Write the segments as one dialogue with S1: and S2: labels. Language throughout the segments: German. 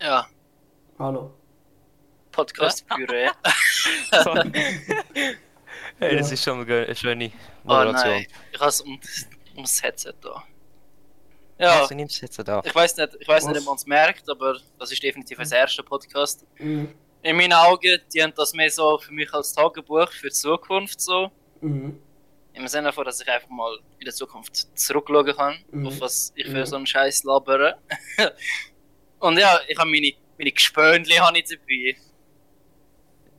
S1: Ja,
S2: Hallo.
S1: Podcast-Püree.
S3: Hey, das ist schon mal eine schöne
S1: Oh
S3: Moderation.
S1: nein, ich habe es um, ums Headset da. Ja,
S3: Also nimmst du jetzt da.
S1: ich weiß nicht, ich weiß
S2: Was?
S1: nicht, ob man es merkt, aber das ist definitiv das erste Podcast.
S2: Mhm.
S1: In meinen Augen dient das mehr so für mich als Tagebuch für die Zukunft so.
S2: Mhm.
S1: Im Sinne von, dass ich einfach mal in der Zukunft zurückschauen kann,
S2: Mhm.
S1: auf was ich
S2: Mhm.
S1: für so einen Scheiß labere. Und ja, ich habe meine, meine Gespöndli habe ich dabei.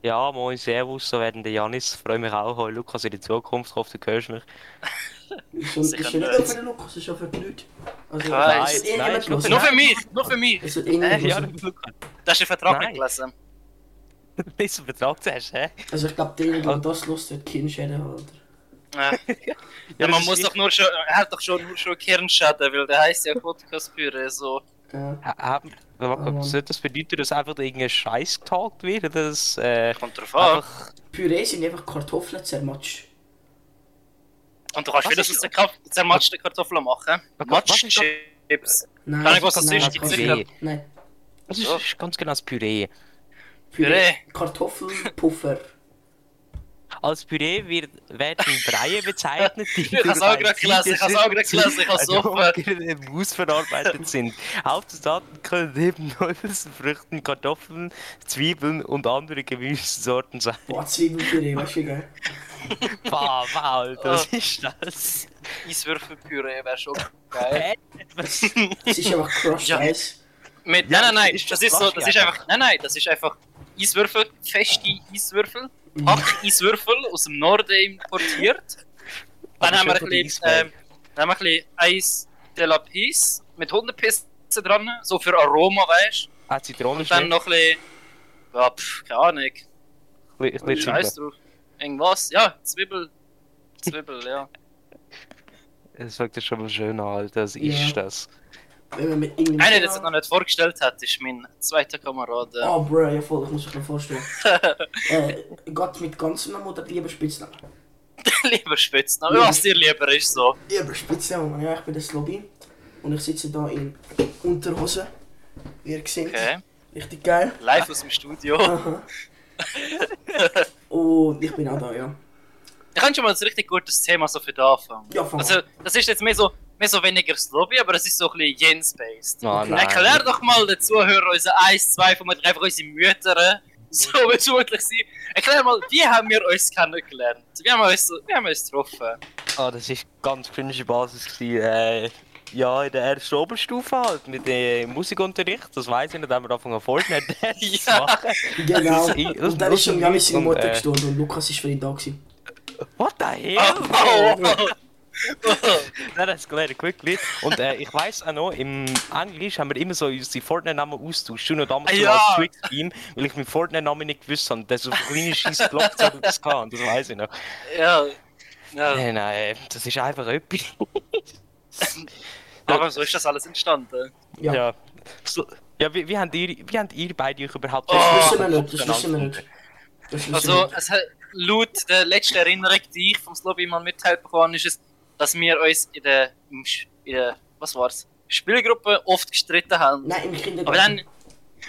S3: Ja, moin, servus, so werden der Janis. Freue mich auch. Hallo Lukas in die Zukunft. Hoffe, du hörst mich.
S2: Ist schon- ist
S1: Sicher
S2: ja nicht
S1: nicht.
S2: nur für den Lukas, ist ja für die Leute. Also,
S1: weiß,
S2: es wird irgendjemand
S3: nein, ist nur
S2: hören.
S1: Nur für mich, nur für mich.
S2: Es wird irgendjemand
S3: ja,
S2: hören.
S3: Lukas.
S1: Das ist ein Vertrag
S3: Nein.
S1: nicht gelesen.
S3: Bis du Vertrag hast, hä?
S2: Also ich glaube, derjenige, der das lust, wird Kindschäden haben. Oder?
S1: Ja. Ja,
S3: das
S1: man
S3: ist eh
S1: muss doch
S3: richtig.
S1: nur schon, er hat doch schon nur schon Kirnschaden, weil der heißt ja Podcast-Püree so.
S2: Ja.
S3: Ha- ha-
S2: Oh Mann.
S3: Warte, Sollte das bedeuten, dass einfach irgendein Scheiß getagt wird? Oder dass äh,
S1: Kommt drauf an.
S3: einfach.
S2: Püree sind einfach Kartoffeln zermatscht.
S1: Und du kannst
S3: Was
S1: wieder
S3: ist-
S1: aus der Kap- zermatschten Kartoffeln machen.
S3: Was- was ist das-
S1: Matschchips.
S2: Nein.
S1: Keine große
S2: nein,
S1: Sicht,
S2: Kartoffeln-
S3: Püree.
S2: Nein.
S3: Das ist ist ganz genau das Püree.
S2: Püree.
S1: Püree.
S2: Kartoffelpuffer.
S3: Als Püree wird, werden Dreie bezeichnet, die
S1: Ich hab's auch gerade gelesen, ich hab's auch gerade gelesen, ich hab's
S3: Also,
S1: sofort.
S3: Mus verarbeitet sind. Hauptzutaten können neben Nudeln, Früchten, Kartoffeln, Zwiebeln und andere Gemüsesorten sein.
S2: Boah, Zwiebelpüree, weißt du, gell?
S3: Wow, wow, das ist das.
S1: Eiswürfelpüree wäre schon geil.
S3: Hä? Was?
S2: Es ist einfach Crushed
S1: Ja.
S2: Eis.
S1: Mit,
S3: Ja,
S1: nein, nein, nein,
S3: ist
S1: das
S3: das
S1: ist so, das
S3: Flasche
S1: ist einfach, nein, nein, das ist einfach Eiswürfel, feste Eiswürfel,
S3: Mhm.
S1: Pack-Eiswürfel aus dem Norden importiert. Dann
S3: Aber
S1: haben wir
S3: schön
S1: ein
S3: von der
S1: bisschen,
S3: Eiswelt.
S1: ähm, dann haben wir ein bisschen Eis de la Pisse mit Hundepissen dran, so für Aroma, weißt du.
S3: Ah, Zitrone ist
S1: Dann
S3: nicht.
S1: noch ein bisschen, ja, pff, keine Ahnung,
S3: Ein bisschen
S1: Scheiß drauf. Irgendwas, ja, Zwiebel, Zwiebel, ja.
S3: Das fängt ja schon mal schön an, Alter. Das
S2: Ja.
S3: ist das.
S2: Wenn man mit irgendeinem...
S1: Einer, der sich noch nicht vorgestellt hat, ist mein zweiter Kamerad. äh,
S2: Oh, bro, ja voll, ich muss mich noch vorstellen. äh, Gott mit ganzem Namen oder lieber Spitznamen?
S1: lieber Spitzname, was dir lieber ist, so.
S2: Lieber Spitznamen, Mann. ja, ich bin der Slobby. Und ich sitze da in Unterhose. Wie ihr seht.
S1: Okay,
S2: Richtig geil.
S1: live aus dem Studio.
S2: Aha. Und ich bin auch da, ja.
S1: Ich habe schon mal ein richtig gutes Thema so für den Anfang.
S2: Ja, fang
S1: Also,
S2: an.
S1: das ist jetzt mehr so, mehr so weniger das Lobby, aber es ist so ein bisschen Jens-based.
S3: Oh,
S2: Okay.
S1: Erklär doch mal den Zuhörern unser 1, 2, vermutlich einfach unsere Mütter, äh, so wird es vermutlich sein. Erklär mal, wie haben wir uns kennengelernt? Wie haben wir uns, wie haben wir uns getroffen?
S3: Ah, das ist ganz cringe Basis. Gewesen. Äh, ja, in der ersten Oberstufe halt, mit dem Musikunterricht. Das weiß ich nicht, haben wir angefangen an Fortnite-Dance
S1: Ja.
S3: zu machen.
S2: Genau.
S3: das- Also, ich- das-
S2: und dann ist schon Janis seine
S3: und,
S2: Mutter
S3: äh,
S2: gestorben und Lukas ist für ihn da gewesen.
S3: What the hell?
S1: Oh, oh, oh, oh.
S3: Nein, das gelernt, quickly. Und äh, ich weiss auch noch, im Englisch haben wir immer so unsere Fortnite-Namen austauscht. Schon noch damals
S1: Ah,
S3: schon
S1: ja.
S3: als Twitch-Team, weil ich meinen Fortnite-Namen nicht gewusst habe. Der so kleine scheiß Block hat das kann, das weiss ich noch.
S1: Ja, ja.
S3: Nein, nein, das ist einfach etwas.
S1: Aber so ist das alles entstanden.
S2: Ja.
S3: Ja. ja. So, ja, wie, wie, habt ihr, wie habt ihr beide euch überhaupt...
S1: Oh.
S2: Das wissen wir nicht, das wissen wir nicht. Das wissen wir
S1: Also,
S2: nicht.
S1: es hat, laut der letzten Erinnerung, die ich vom Slobby mal mitteilt bekommen ist es, dass wir uns in der, im Sch- in der was war's, Spielgruppe oft gestritten haben.
S2: Nein, im Kindergarten.
S1: Aber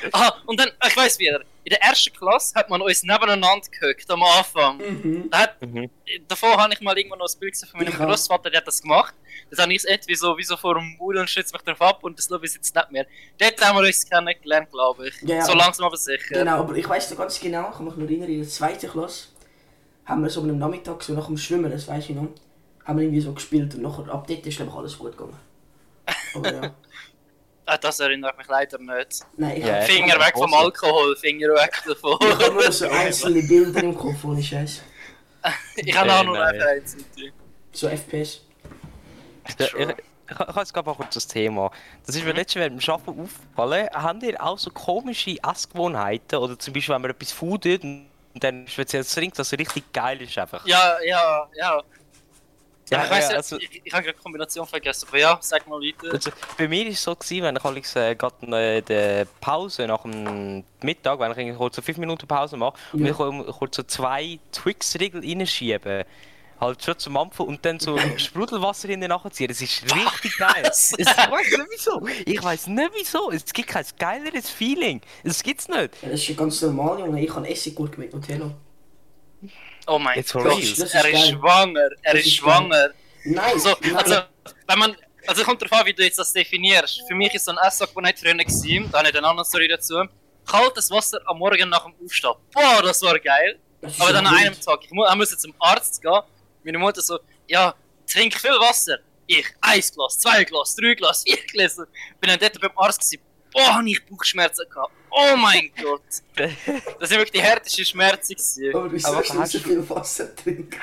S1: dann, ah, und dann, ich weiß wieder, in der ersten Klasse hat man uns nebeneinander gehockt am Anfang.
S2: Mhm.
S1: Da hat,
S3: Mhm.
S1: davor habe ich mal irgendwo noch ein Bild gesehen von meinem
S2: Ja.
S1: Großvater, der hat das gemacht. Das habe ich jetzt wie so, wie so vor dem Mund und schützt mich drauf ab und das Lobby sitzt nicht mehr. Dort haben wir uns kennengelernt, glaube ich.
S2: Ja, ja.
S1: So langsam aber sicher.
S2: Genau, aber ich weiß noch ganz genau, ich kann mich noch erinnern, in der zweiten Klasse haben wir so am Nachmittag, so nach dem Schwimmen, das weiß ich noch, haben wir irgendwie so gespielt und nachher, ab dort ist glaube ich alles gut gegangen. Aber ja.
S1: Ah, das erinnert mich leider nicht.
S2: Nein, ich
S3: Ja,
S2: hab-
S1: Finger weg vom
S3: Hose.
S1: Alkohol, Finger weg davon.
S2: Ich habe nur so einzelne Bilder im Kopf, ohne Scheiß.
S1: ich habe auch
S3: Äh,
S1: nur
S3: nein.
S1: eine einzelne.
S2: So FPS.
S3: Ja,
S1: Sure. Mhm.
S3: ich- Ich ich habe jetzt gerade mal kurz das Thema. Das ist mir letztes Mal beim Arbeiten aufgefallen. Habt ihr auch so komische Essgewohnheiten? Oder zum Beispiel, wenn man etwas foodet und dann speziell trinkt, das richtig geil ist einfach.
S1: Ja, ja, ja.
S3: Ja,
S1: ich weiß
S3: ja,
S1: ja,
S3: also-
S1: ich, ich habe gerade die Kombination vergessen, aber ja, sag mal weiter.
S3: Also, bei mir war es so, gewesen, wenn ich Alex, äh, gerade in der Pause nach dem Mittag, wenn ich irgendwie kurz so 5 Minuten Pause mache, und
S2: Ja.
S3: ich kurz so zwei Twix-Riegel reinschiebe. Halt schon zum Anfang und dann so Sprudelwasser hinten nachziehen. Das ist richtig geil. Es, ich weiß nicht wieso. Ich weiß nicht wieso. Es gibt kein geileres Feeling. Es gibt's
S2: Ja,
S3: nicht.
S2: dus das ist ja ganz normal, Junge. Ich habe Essiggurke mit Nutella.
S1: Oh mein
S3: Jetzt
S1: Gott,
S3: hol ich.
S2: Das ist
S1: er ist
S2: geil.
S1: schwanger, er
S2: Das
S1: ist
S2: ist
S1: schwanger.
S2: Nein,
S1: So,
S2: nein.
S1: also, wenn man, also kommt drauf an, wie du jetzt das definierst. Für mich ist so ein Esssack, der nicht früher war, da habe ich eine andere Story dazu. Kaltes Wasser am Morgen nach dem Aufstehen. Boah, das war geil.
S2: das ist
S1: Aber
S2: ja
S1: dann an
S2: gut.
S1: einem Tag, ich mu- ich musste zum Arzt gehen, meine Mutter so, ja, trink viel Wasser. Ich, ein Glas, zwei Glas, drei Glas, vier Gläser. Bin dann dort beim Arzt gewesen. Boah, hab ich Bauchschmerzen gehabt. Oh mein Gott. Das waren wirklich die härtesten Schmerzen. gewesen.
S2: Aber wieso
S3: Aber
S2: hast du
S3: hast
S2: so
S3: du-
S2: viel Wasser trinken?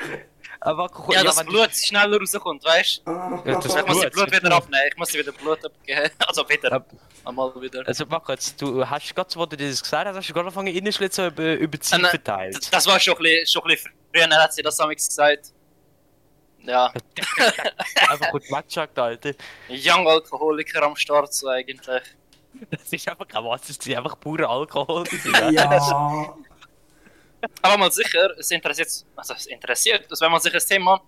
S3: Aber
S1: Ja,
S3: das
S1: dass Blut schneller rauskommt, weißt du?
S2: Ah,
S3: Ja, das
S1: Ich muss die
S3: Blut,
S1: Blut
S3: das
S1: wieder
S3: Blut.
S1: abnehmen, ich muss wieder Blut abgeben. Also wieder,
S3: Ja.
S1: einmal wieder.
S3: Also Marco, jetzt, du hast gerade, wo du das gesagt hast, hast du gerade angefangen, Innenschlitzen über, über die
S1: Ah, nein.
S3: Zeit verteilt.
S1: Das war schon ein bisschen, schon ein bisschen früher, hat sie das damals gesagt. Ja,
S3: einfach gut matschakt, Alter.
S1: Young Alkoholiker am Start so eigentlich.
S3: Das ist einfach kein Wasser, das ist einfach purer Alkohol.
S2: Ja.
S1: Aber mal sicher, es interessiert, also es interessiert, das wäre mal sicher das Thema,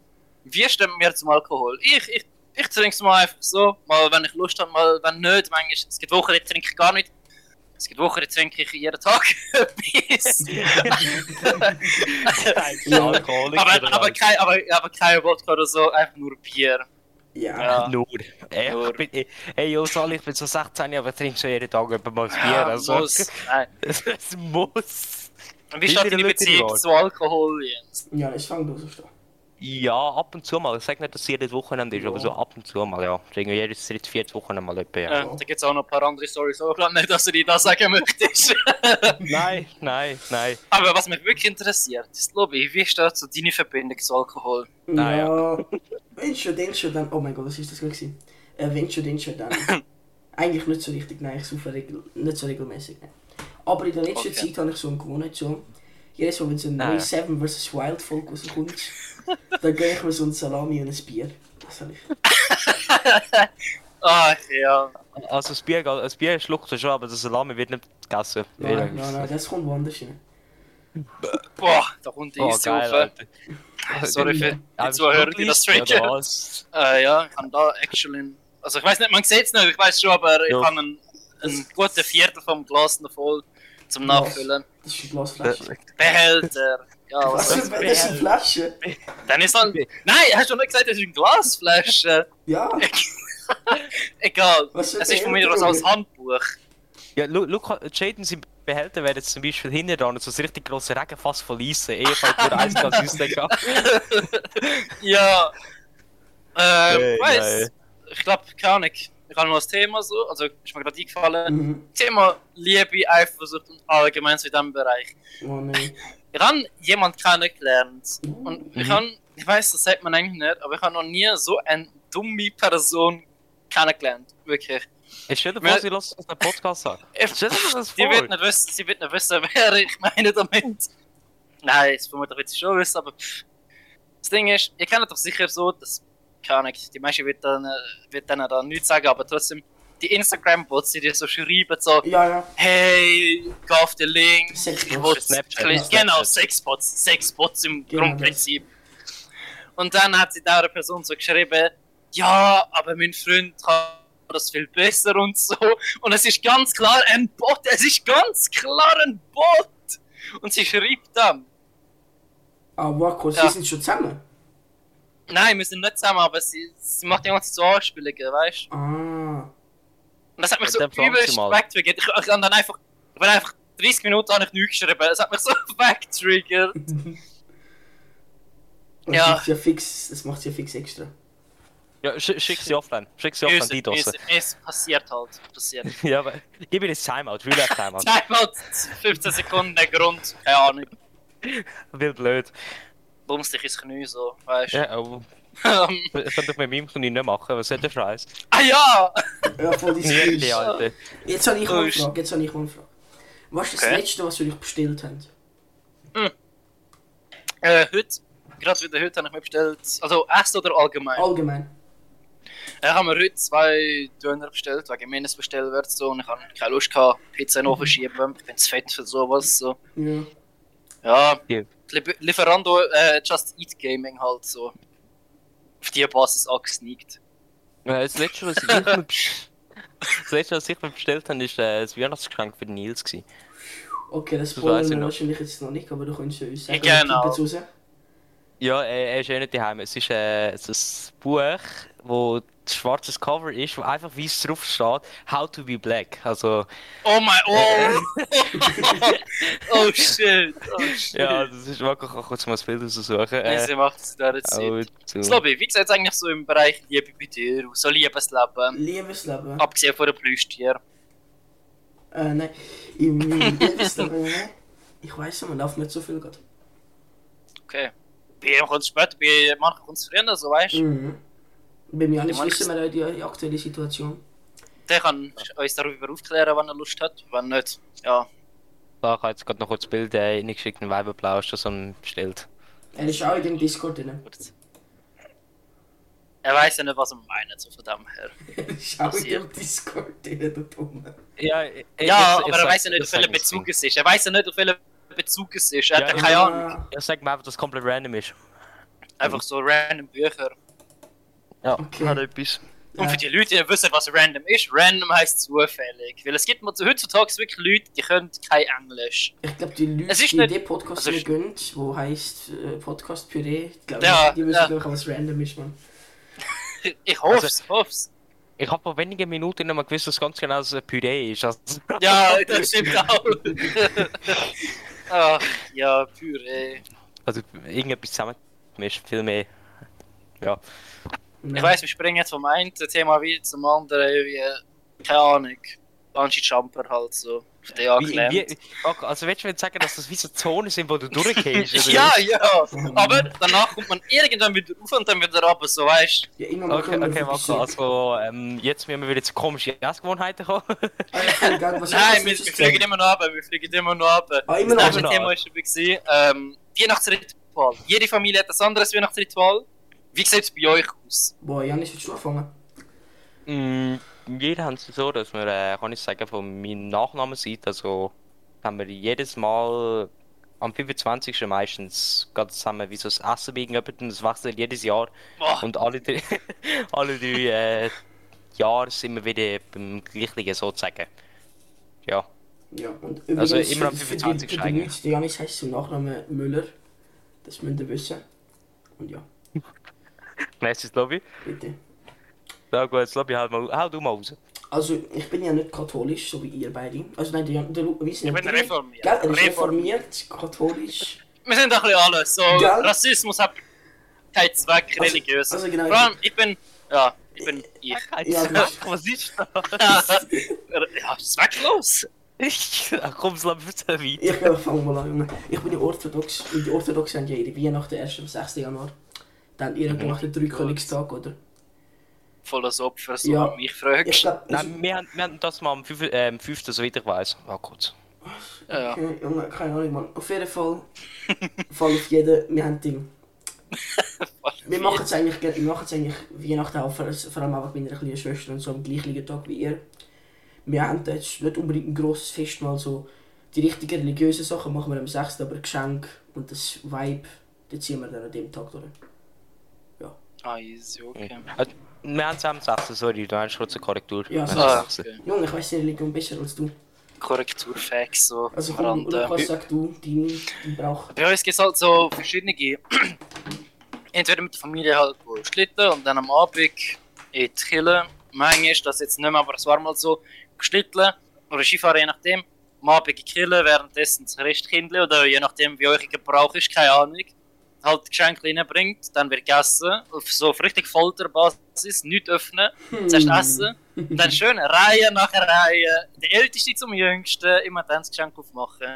S1: wie stimmt mir zum Alkohol? Ich, ich, ich trinke es mal einfach so, mal wenn ich Lust habe, mal wenn nicht, manchmal, es gibt Wochen, die trinke ich gar nicht, es gibt Wochen, die trinke ich jeden Tag Biss.
S2: Ja.
S1: aber, aber, kein, aber, aber kein Wodka oder so, einfach nur Bier.
S2: Ja.
S1: Ja.
S3: Nur. Ey,
S1: Nur.
S3: ich bin, ey, ey, yo, Sali, ich bin so 16, aber trinke schon jeden Tag etwa mal ein Bier.
S1: Ja,
S3: also,
S1: muss. Nein.
S3: Es muss.
S1: Und Wie
S3: Wie
S1: steht
S3: viele
S1: deine
S3: Leute
S1: Beziehung
S3: waren?
S1: zu Alkohol, Jens?
S2: Ja, ich fange bloß auf
S3: Ja, ab und zu mal. Ich sage nicht, dass es jedes Wochenende ist, aber
S2: Ja.
S3: so ab und zu mal, ja. Irgendwie jedes dritte, vierte Wochenende mal etwa, ja.
S1: Ja, Ähm, da gibt es auch noch ein paar andere Storys, aber ich glaube nicht, dass du dir das sagen möchtest.
S3: Nein, nein, nein.
S1: aber was mich wirklich interessiert, ist, Lobby, wie steht so deine Verbindung zu Alkohol?
S3: Ah,
S2: ja. Wenn schon, den schon, dann. Oh mein Gott, was ist das gerade? gewesen? Äh, wenn schon, den schon, dann. Eigentlich nicht so richtig, nein, ich saufe regel nicht so regelmäßig. Nein. Aber in der letzten
S1: Okay.
S2: Zeit habe ich so eine Gewohnheit schon. Jedes Mal, wenn so ein
S1: Nou
S3: Ah, ja.
S2: neues Seven vs. Wild Folk rauskommt, dann gehe ich mir so ein Salami und ein Bier. Das habe ich.
S1: Ach Ah, ja.
S3: Also das Bier, das Bier schluckt er schon, aber das Salami wird nicht gegessen.
S2: Nein, nein, nein, das kommt woanders hin.
S1: Boah, da kommt die
S3: Oh,
S1: Eis
S3: geil,
S1: rauf.
S3: Alter.
S1: Sorry für die
S3: Einfach
S1: Zuhörer, die das
S3: Blutlicht, oder
S1: triggern.
S3: was?
S1: Äh, ja, ich habe da actually... Also ich weiß nicht, man sieht es nicht, ich weiß schon, aber ich
S3: Ja.
S1: habe einen, einen guten Viertel vom Glas noch voll zum
S2: Ja.
S1: Nachfüllen.
S2: Das ist eine Glasflasche.
S1: Behälter. Ja,
S2: Was
S1: was
S2: für das ist eine Flasche?
S1: Dann ist dann. Nein, hast du nicht gesagt, das ist eine Glasflasche?
S2: Ja,
S1: Egal.
S2: was für
S1: Es ist von mir aus
S2: Behälter,
S1: als
S2: Junge?
S1: Handbuch.
S3: Ja, schau, schau, Jaden sind Behälter werden jetzt zum Beispiel hinten dran und so ein richtig grosses Regenfass von Eisen. Ehe ich halt nur eins ganz rausgegangen.
S1: Ja. Ähm,
S3: Ey,
S1: weiss. Ich glaube, keine Ahnung. Ich habe noch das Thema so. Also ist mir gerade eingefallen.
S2: Mhm.
S1: Thema Liebe, Eifersucht und allgemein so in diesem Bereich.
S2: Oh nein.
S1: Ich habe jemanden kennengelernt. Und ich
S3: Mhm.
S1: habe. Ich weiß, das sagt man eigentlich nicht, aber ich habe noch nie so eine dumme Person kennengelernt. Wirklich.
S3: Jetzt stell dir
S1: Wir-
S3: vor, sie lassen uns einen Podcast an.
S1: Ich-
S3: Stell dir das
S1: Sie
S3: vor.
S1: wird nicht wissen, sie wird nicht wissen, wer ich meine damit. Nein, das vermutlich wird sie schon wissen, aber pff. das Ding ist, ihr kennt doch sicher so, dass, keine Ahnung, die Menschen wird dann, äh, wird dann da nichts sagen, aber trotzdem, die Instagram-Bots, die dir so schreiben, so,
S2: Ja, ja.
S1: hey, geh auf den Link, ich will
S2: Sexbots.
S3: Snapchat,
S1: Snapchat.
S3: ja.
S1: Genau, Sexbots, Sexbots im
S2: Genau das.
S1: Grundprinzip. Und dann hat sie da eine Person so geschrieben, ja, aber mein Freund kann das viel besser und so. Und es ist ganz klar ein Bot, es ist ganz klar ein Bot. Und sie schreibt dann,
S2: Ah, wow, kurz,
S1: Ja.
S2: sie sind schon zusammen.
S1: nein, wir sind nicht zusammen, aber sie, sie macht die ganze Zeit so Anspielungen, weißt du.
S2: Ah.
S1: Und das hat mich
S3: Und
S1: so
S3: dann fragt sie
S1: übelst
S3: mal.
S1: wegtriggert. Ich, ich, hab dann einfach, ich bin einfach 30 Minuten habe ich nichts geschrieben, es hat mich so wegtriggert.
S2: Und
S1: Ja.
S2: Das macht sie ja fix, das macht sie ja fix extra.
S3: Ja, sch schick sie offline. Schick sie offline,
S1: Böse,
S3: die
S1: böse,
S3: Dose.
S1: es passiert halt, passiert.
S3: Ja, aber gib mir das Timeout, real life Timeout.
S1: Timeout, 15 Sekunden, der Grund, keine Ahnung.
S3: Wild blöd.
S1: Bums dich ins Knie, so, weißt du. Ähm,
S3: Ja, oh. Das könnte ich mit meinem Knie nicht machen, was hat der Scheiß?
S1: ah ja!
S2: Ja, voll die Skills.
S3: Ja, Alter.
S2: Jetzt habe ich mal eine
S1: Grüß.
S2: Frage, jetzt habe ich mal eine Frage. Was ist das
S1: Okay.
S2: Letzte, was wir euch bestellt haben?
S1: Äh, heute, gerade wieder heute, habe ich mir bestellt, also Essen oder allgemein?
S2: Allgemein.
S1: Ich habe mir heute zwei Döner bestellt, wegen meines Bestellwerts, so, und ich habe keine Lust gehabt, Pizza in den Ofen schieben, ich bin zu fett für sowas, so.
S2: Ja.
S1: Ja, Lib- Lieferando äh, Just Eat Gaming halt so auf die Basis angesneakt.
S3: Ja, Das letzte, was ich mir, best- das letzte, was ich mir bestellt habe, war äh, das Weihnachtsgeschenk für den Nils. Gewesen.
S2: Okay, das
S3: Das weiss
S2: spoilern
S3: ich
S2: wir
S3: noch.
S2: wahrscheinlich jetzt noch nicht, aber du kannst ja uns sagen,
S1: Ja, genau.
S2: wir kippen es raus.
S3: Ja, äh, er ist eh nicht daheim. Es ist äh, so ein Buch, wo ein schwarzes Cover ist, wo einfach weiß drauf steht: How to be black. Also,
S1: Oh mein oh! oh shit! Oh shit!
S3: ja, das ist wirklich, ich kurz mal das Bild raussuchen.
S1: Wieso
S3: Äh,
S1: macht es da jetzt Sinn?
S3: zu-
S1: Das Lobby, wie sieht es eigentlich so im Bereich Liebe bei dir aus? So Liebesleben?
S2: Liebesleben.
S1: Abgesehen von den Plüschtieren.
S2: Äh, nein. Im Liebesleben, ne? Ich weiß man darf nicht so viel gerade.
S1: Okay. Bei ihm kommt es später, bei manchen kommt es früher, so weißt du.
S2: Mhm. Bei mir
S1: Ja,
S2: nicht
S1: man-
S2: wissen wir auch die, die aktuelle Situation.
S1: Der kann uns darüber aufklären, wenn er Lust hat. Wenn nicht, ja.
S3: Da Ah, ich habe jetzt gerade noch kurz das Bild äh, reingeschickt, einen Weiberplausch, das haben bestellt.
S2: Er ist auch in dem Discord drin.
S1: Er weiß ja nicht, was er meint, so von dem her.
S2: Er ist auch in dem
S1: Passiert.
S2: Discord drin, der Dumme.
S3: Ja,
S1: Ja, aber er weiß ja nicht, auf welchen Bezug es ist. Er weiß ja nicht, auf welchen Bezug es ist. Er hat
S3: Ja,
S1: ja keine
S2: ja.
S1: Ahnung.
S3: Ich sag mir einfach, dass es komplett random ist.
S1: Einfach so random Bücher.
S3: Ja,
S2: Okay.
S3: hat etwas.
S1: Und
S2: Ja.
S1: für die Leute, die wissen, was random ist, random heißt zufällig. Weil es gibt mir heutzutage wirklich Leute, die können kein Englisch.
S2: Ich glaube, die Leute,
S1: Es ist
S2: die
S1: nicht-
S2: den Podcast
S1: also
S2: mir
S1: ist-
S2: gönnen, wo heisst äh, Podcast Püree, glaub
S1: Ja,
S2: ich, die wissen
S1: ja.
S2: glaube ich, was random ist, man.
S1: Ich hoffe
S3: Also-
S1: es, hoff's.
S3: Ich habe vor wenigen Minuten nicht mal gewusst, dass ganz genau dass es ein Püree ist. Also,
S1: Ja, das stimmt auch. Ach, ja, Püree.
S3: also irgendetwas zusammengemischt, viel mehr. Ja.
S1: Ich weiss, wir springen jetzt vom einen Thema wieder zum anderen. Wie, keine Ahnung. Bungee Jumper halt so. Auf den
S3: Wie,
S1: angelernt.
S3: wie, okay, also willst du mir jetzt sagen, dass das wie so Zonen sind, wo du durchgehst? oder
S1: Ja,
S3: was?
S1: ja. Aber danach kommt man irgendwann wieder auf und dann wieder ab, so weißt
S2: Ja, irgendwann mal
S3: Okay,
S2: kommen wir
S3: okay,
S2: auf
S3: Marco, also ähm, jetzt müssen wir wieder zu komischen Essgewohnheiten kommen.
S2: Ah,
S1: du. Nein, wir, wir fliegen immer noch ab, wir fliegen immer noch ab.
S2: Ah, immer
S1: Das
S2: noch.
S1: nächste
S3: ab.
S1: Thema war schon, gewesen, ähm, Weihnachtsritual. Jede Familie hat ein anderes Weihnachtsritual. Wie sieht es bei euch aus?
S2: Boah, Janis, willst du anfangen?
S3: Mm, Wir haben es so, dass wir, äh, kann ich sagen, von meinem Nachnamen sieht, also haben wir jedes Mal am 25. meistens gerade zusammen wie so ein Essen bei irgendjemandem, das wechselt jedes Jahr
S1: Boah,
S3: und alle drei, alle drei äh, Jahre sind wir wieder beim gleichen sozusagen. Ja,
S2: Ja, und
S3: Also
S2: übrigens,
S3: immer am
S2: für- für die-
S3: 25.
S2: für die
S3: eigentlich.
S2: Leute, Der Janis heißt zum Nachnamen Müller. Das müsst ihr wissen. Und ja,
S3: nächstes Lobby.
S2: bitte.
S3: Na gut, das Lobby, halt mal, hau du mal raus.
S2: Also, ich bin ja nicht katholisch, so wie ihr beide. Also, nein, der Jan, der Lu- wie ist
S1: ich
S2: er?
S1: bin reformiert.
S2: Gell, er ist
S1: Reformiert.
S2: reformiert, katholisch.
S1: Wir sind doch ein bisschen alles. So,
S2: Gell?
S1: Rassismus hat keinen Zweck,
S2: Also-
S1: religiös.
S2: also genau.
S1: Vor allem, ich bin. Ja, ich bin. Ich.
S2: Ja, das-
S3: was ist das?
S1: ja, zwecklos.
S3: Ach komm, das Lobby, erzähl weiter.
S2: Ich glaube, ich fange mal an, Junge. Ich bin ja orthodox. Und die Orthodoxen haben ja ihre Weihnachten erst am 6. Januar. Dann ihr habt gemacht den Dreikönigstag, oder?
S1: Volles Opfer, so
S2: Ja.
S1: ja. mich fragt.
S2: Ich glaube, also,
S3: Nein, wir, haben, wir haben das mal am 5., äh, am 5. soweit ich weiß. Oh Gott.
S1: Ja.
S2: okay, Hm, Junge, keine Ahnung, Mann. Auf jeden Fall, Fall auf jeden, wir haben Ding. Wir machen es eigentlich, gerne- wir machen es eigentlich Weihnachten auch, vor vor allem auch mit meiner kleinen Schwester und so am gleichen Tag wie ihr. Wir haben da jetzt nicht unbedingt ein grosses Fest, mal so die richtigen religiösen Sachen machen wir am 6., aber Geschenk und das Vibe, das ziehen wir dann an dem Tag durch.
S1: Ah, easy, okay.
S3: Äh, Wir haben es am 6. sorry, du hast kurz eine Korrektur.
S2: Ja,
S3: Wir
S2: so.
S3: haben
S1: Ah,
S3: es am 6..
S1: okay.
S2: Junge, ich weiss die Religion besser als du.
S1: Korrekturfacts so
S2: Also
S1: am
S2: komm,
S1: Rande.
S2: Lukas, sag du, deine, die braucht.
S1: Bei uns gibt es halt so verschiedene. Entweder mit der Familie halt wo schlitten und dann am Abend in die Kille. Manchmal ist das jetzt nicht mehr, aber es war mal so geschlitten oder Skifahren, je nachdem. Am Abend in die Kille, währenddessen das Restkindle oder je nachdem, wie euch Gebrauch ist, keine Ahnung. Halt Geschenke reinbringt, dann wird gegessen. Auf so auf richtig Folterbasis, nichts öffnen. Zuerst essen, und dann schön Reihe nach Reihe. Der Älteste zum Jüngsten, immer dann das Geschenk aufmachen.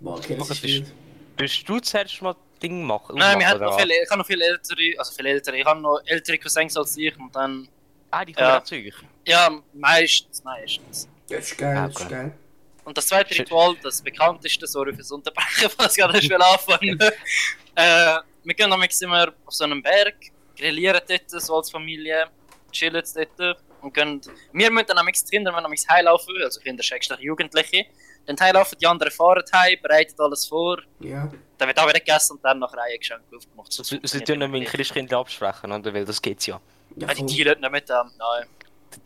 S2: Boah, okay, das
S3: Das
S2: ist
S3: ist-
S2: wild.
S3: Willst du zuerst mal Ding machen?
S1: Nein, wir
S3: aufmachen,
S1: hatten
S3: oder
S1: noch
S3: was?
S1: viel, ich habe noch viel ältere, also viel ältere, ich habe noch ältere Cousins als ich und dann,
S3: Ah, die kommen
S1: Ja.
S3: auch zu euch.
S1: ja, meistens, meistens.
S2: Das ist geil, das
S3: Okay.
S2: ist geil.
S1: Und das zweite
S3: Schön.
S1: Ritual, das bekannteste, sorry fürs Unterbrechen, was ich gerade schon anfangen äh, Wir gehen nämlich immer auf so einem Berg, grillieren dort, so als Familie, chillen dort und gehen, wir müssen dann nämlich die Kinder, wenn nämlich heilaufen, also Kinder, schrägstrich Jugendliche, Dann teilhaft die anderen fahren heim, bereiten alles vor.
S2: Ja.
S1: Dann wird auch wieder gegessen und dann nach Reihe geschenkt aufgemacht. So
S3: Sie, sie
S1: funktioniert
S3: tun nicht mit
S1: wirklich.
S3: Christkindern absprechen, oder? Weil das geht's ja.
S2: ja
S1: Ja, die
S2: voll.
S1: dealen nicht mit dem, nein.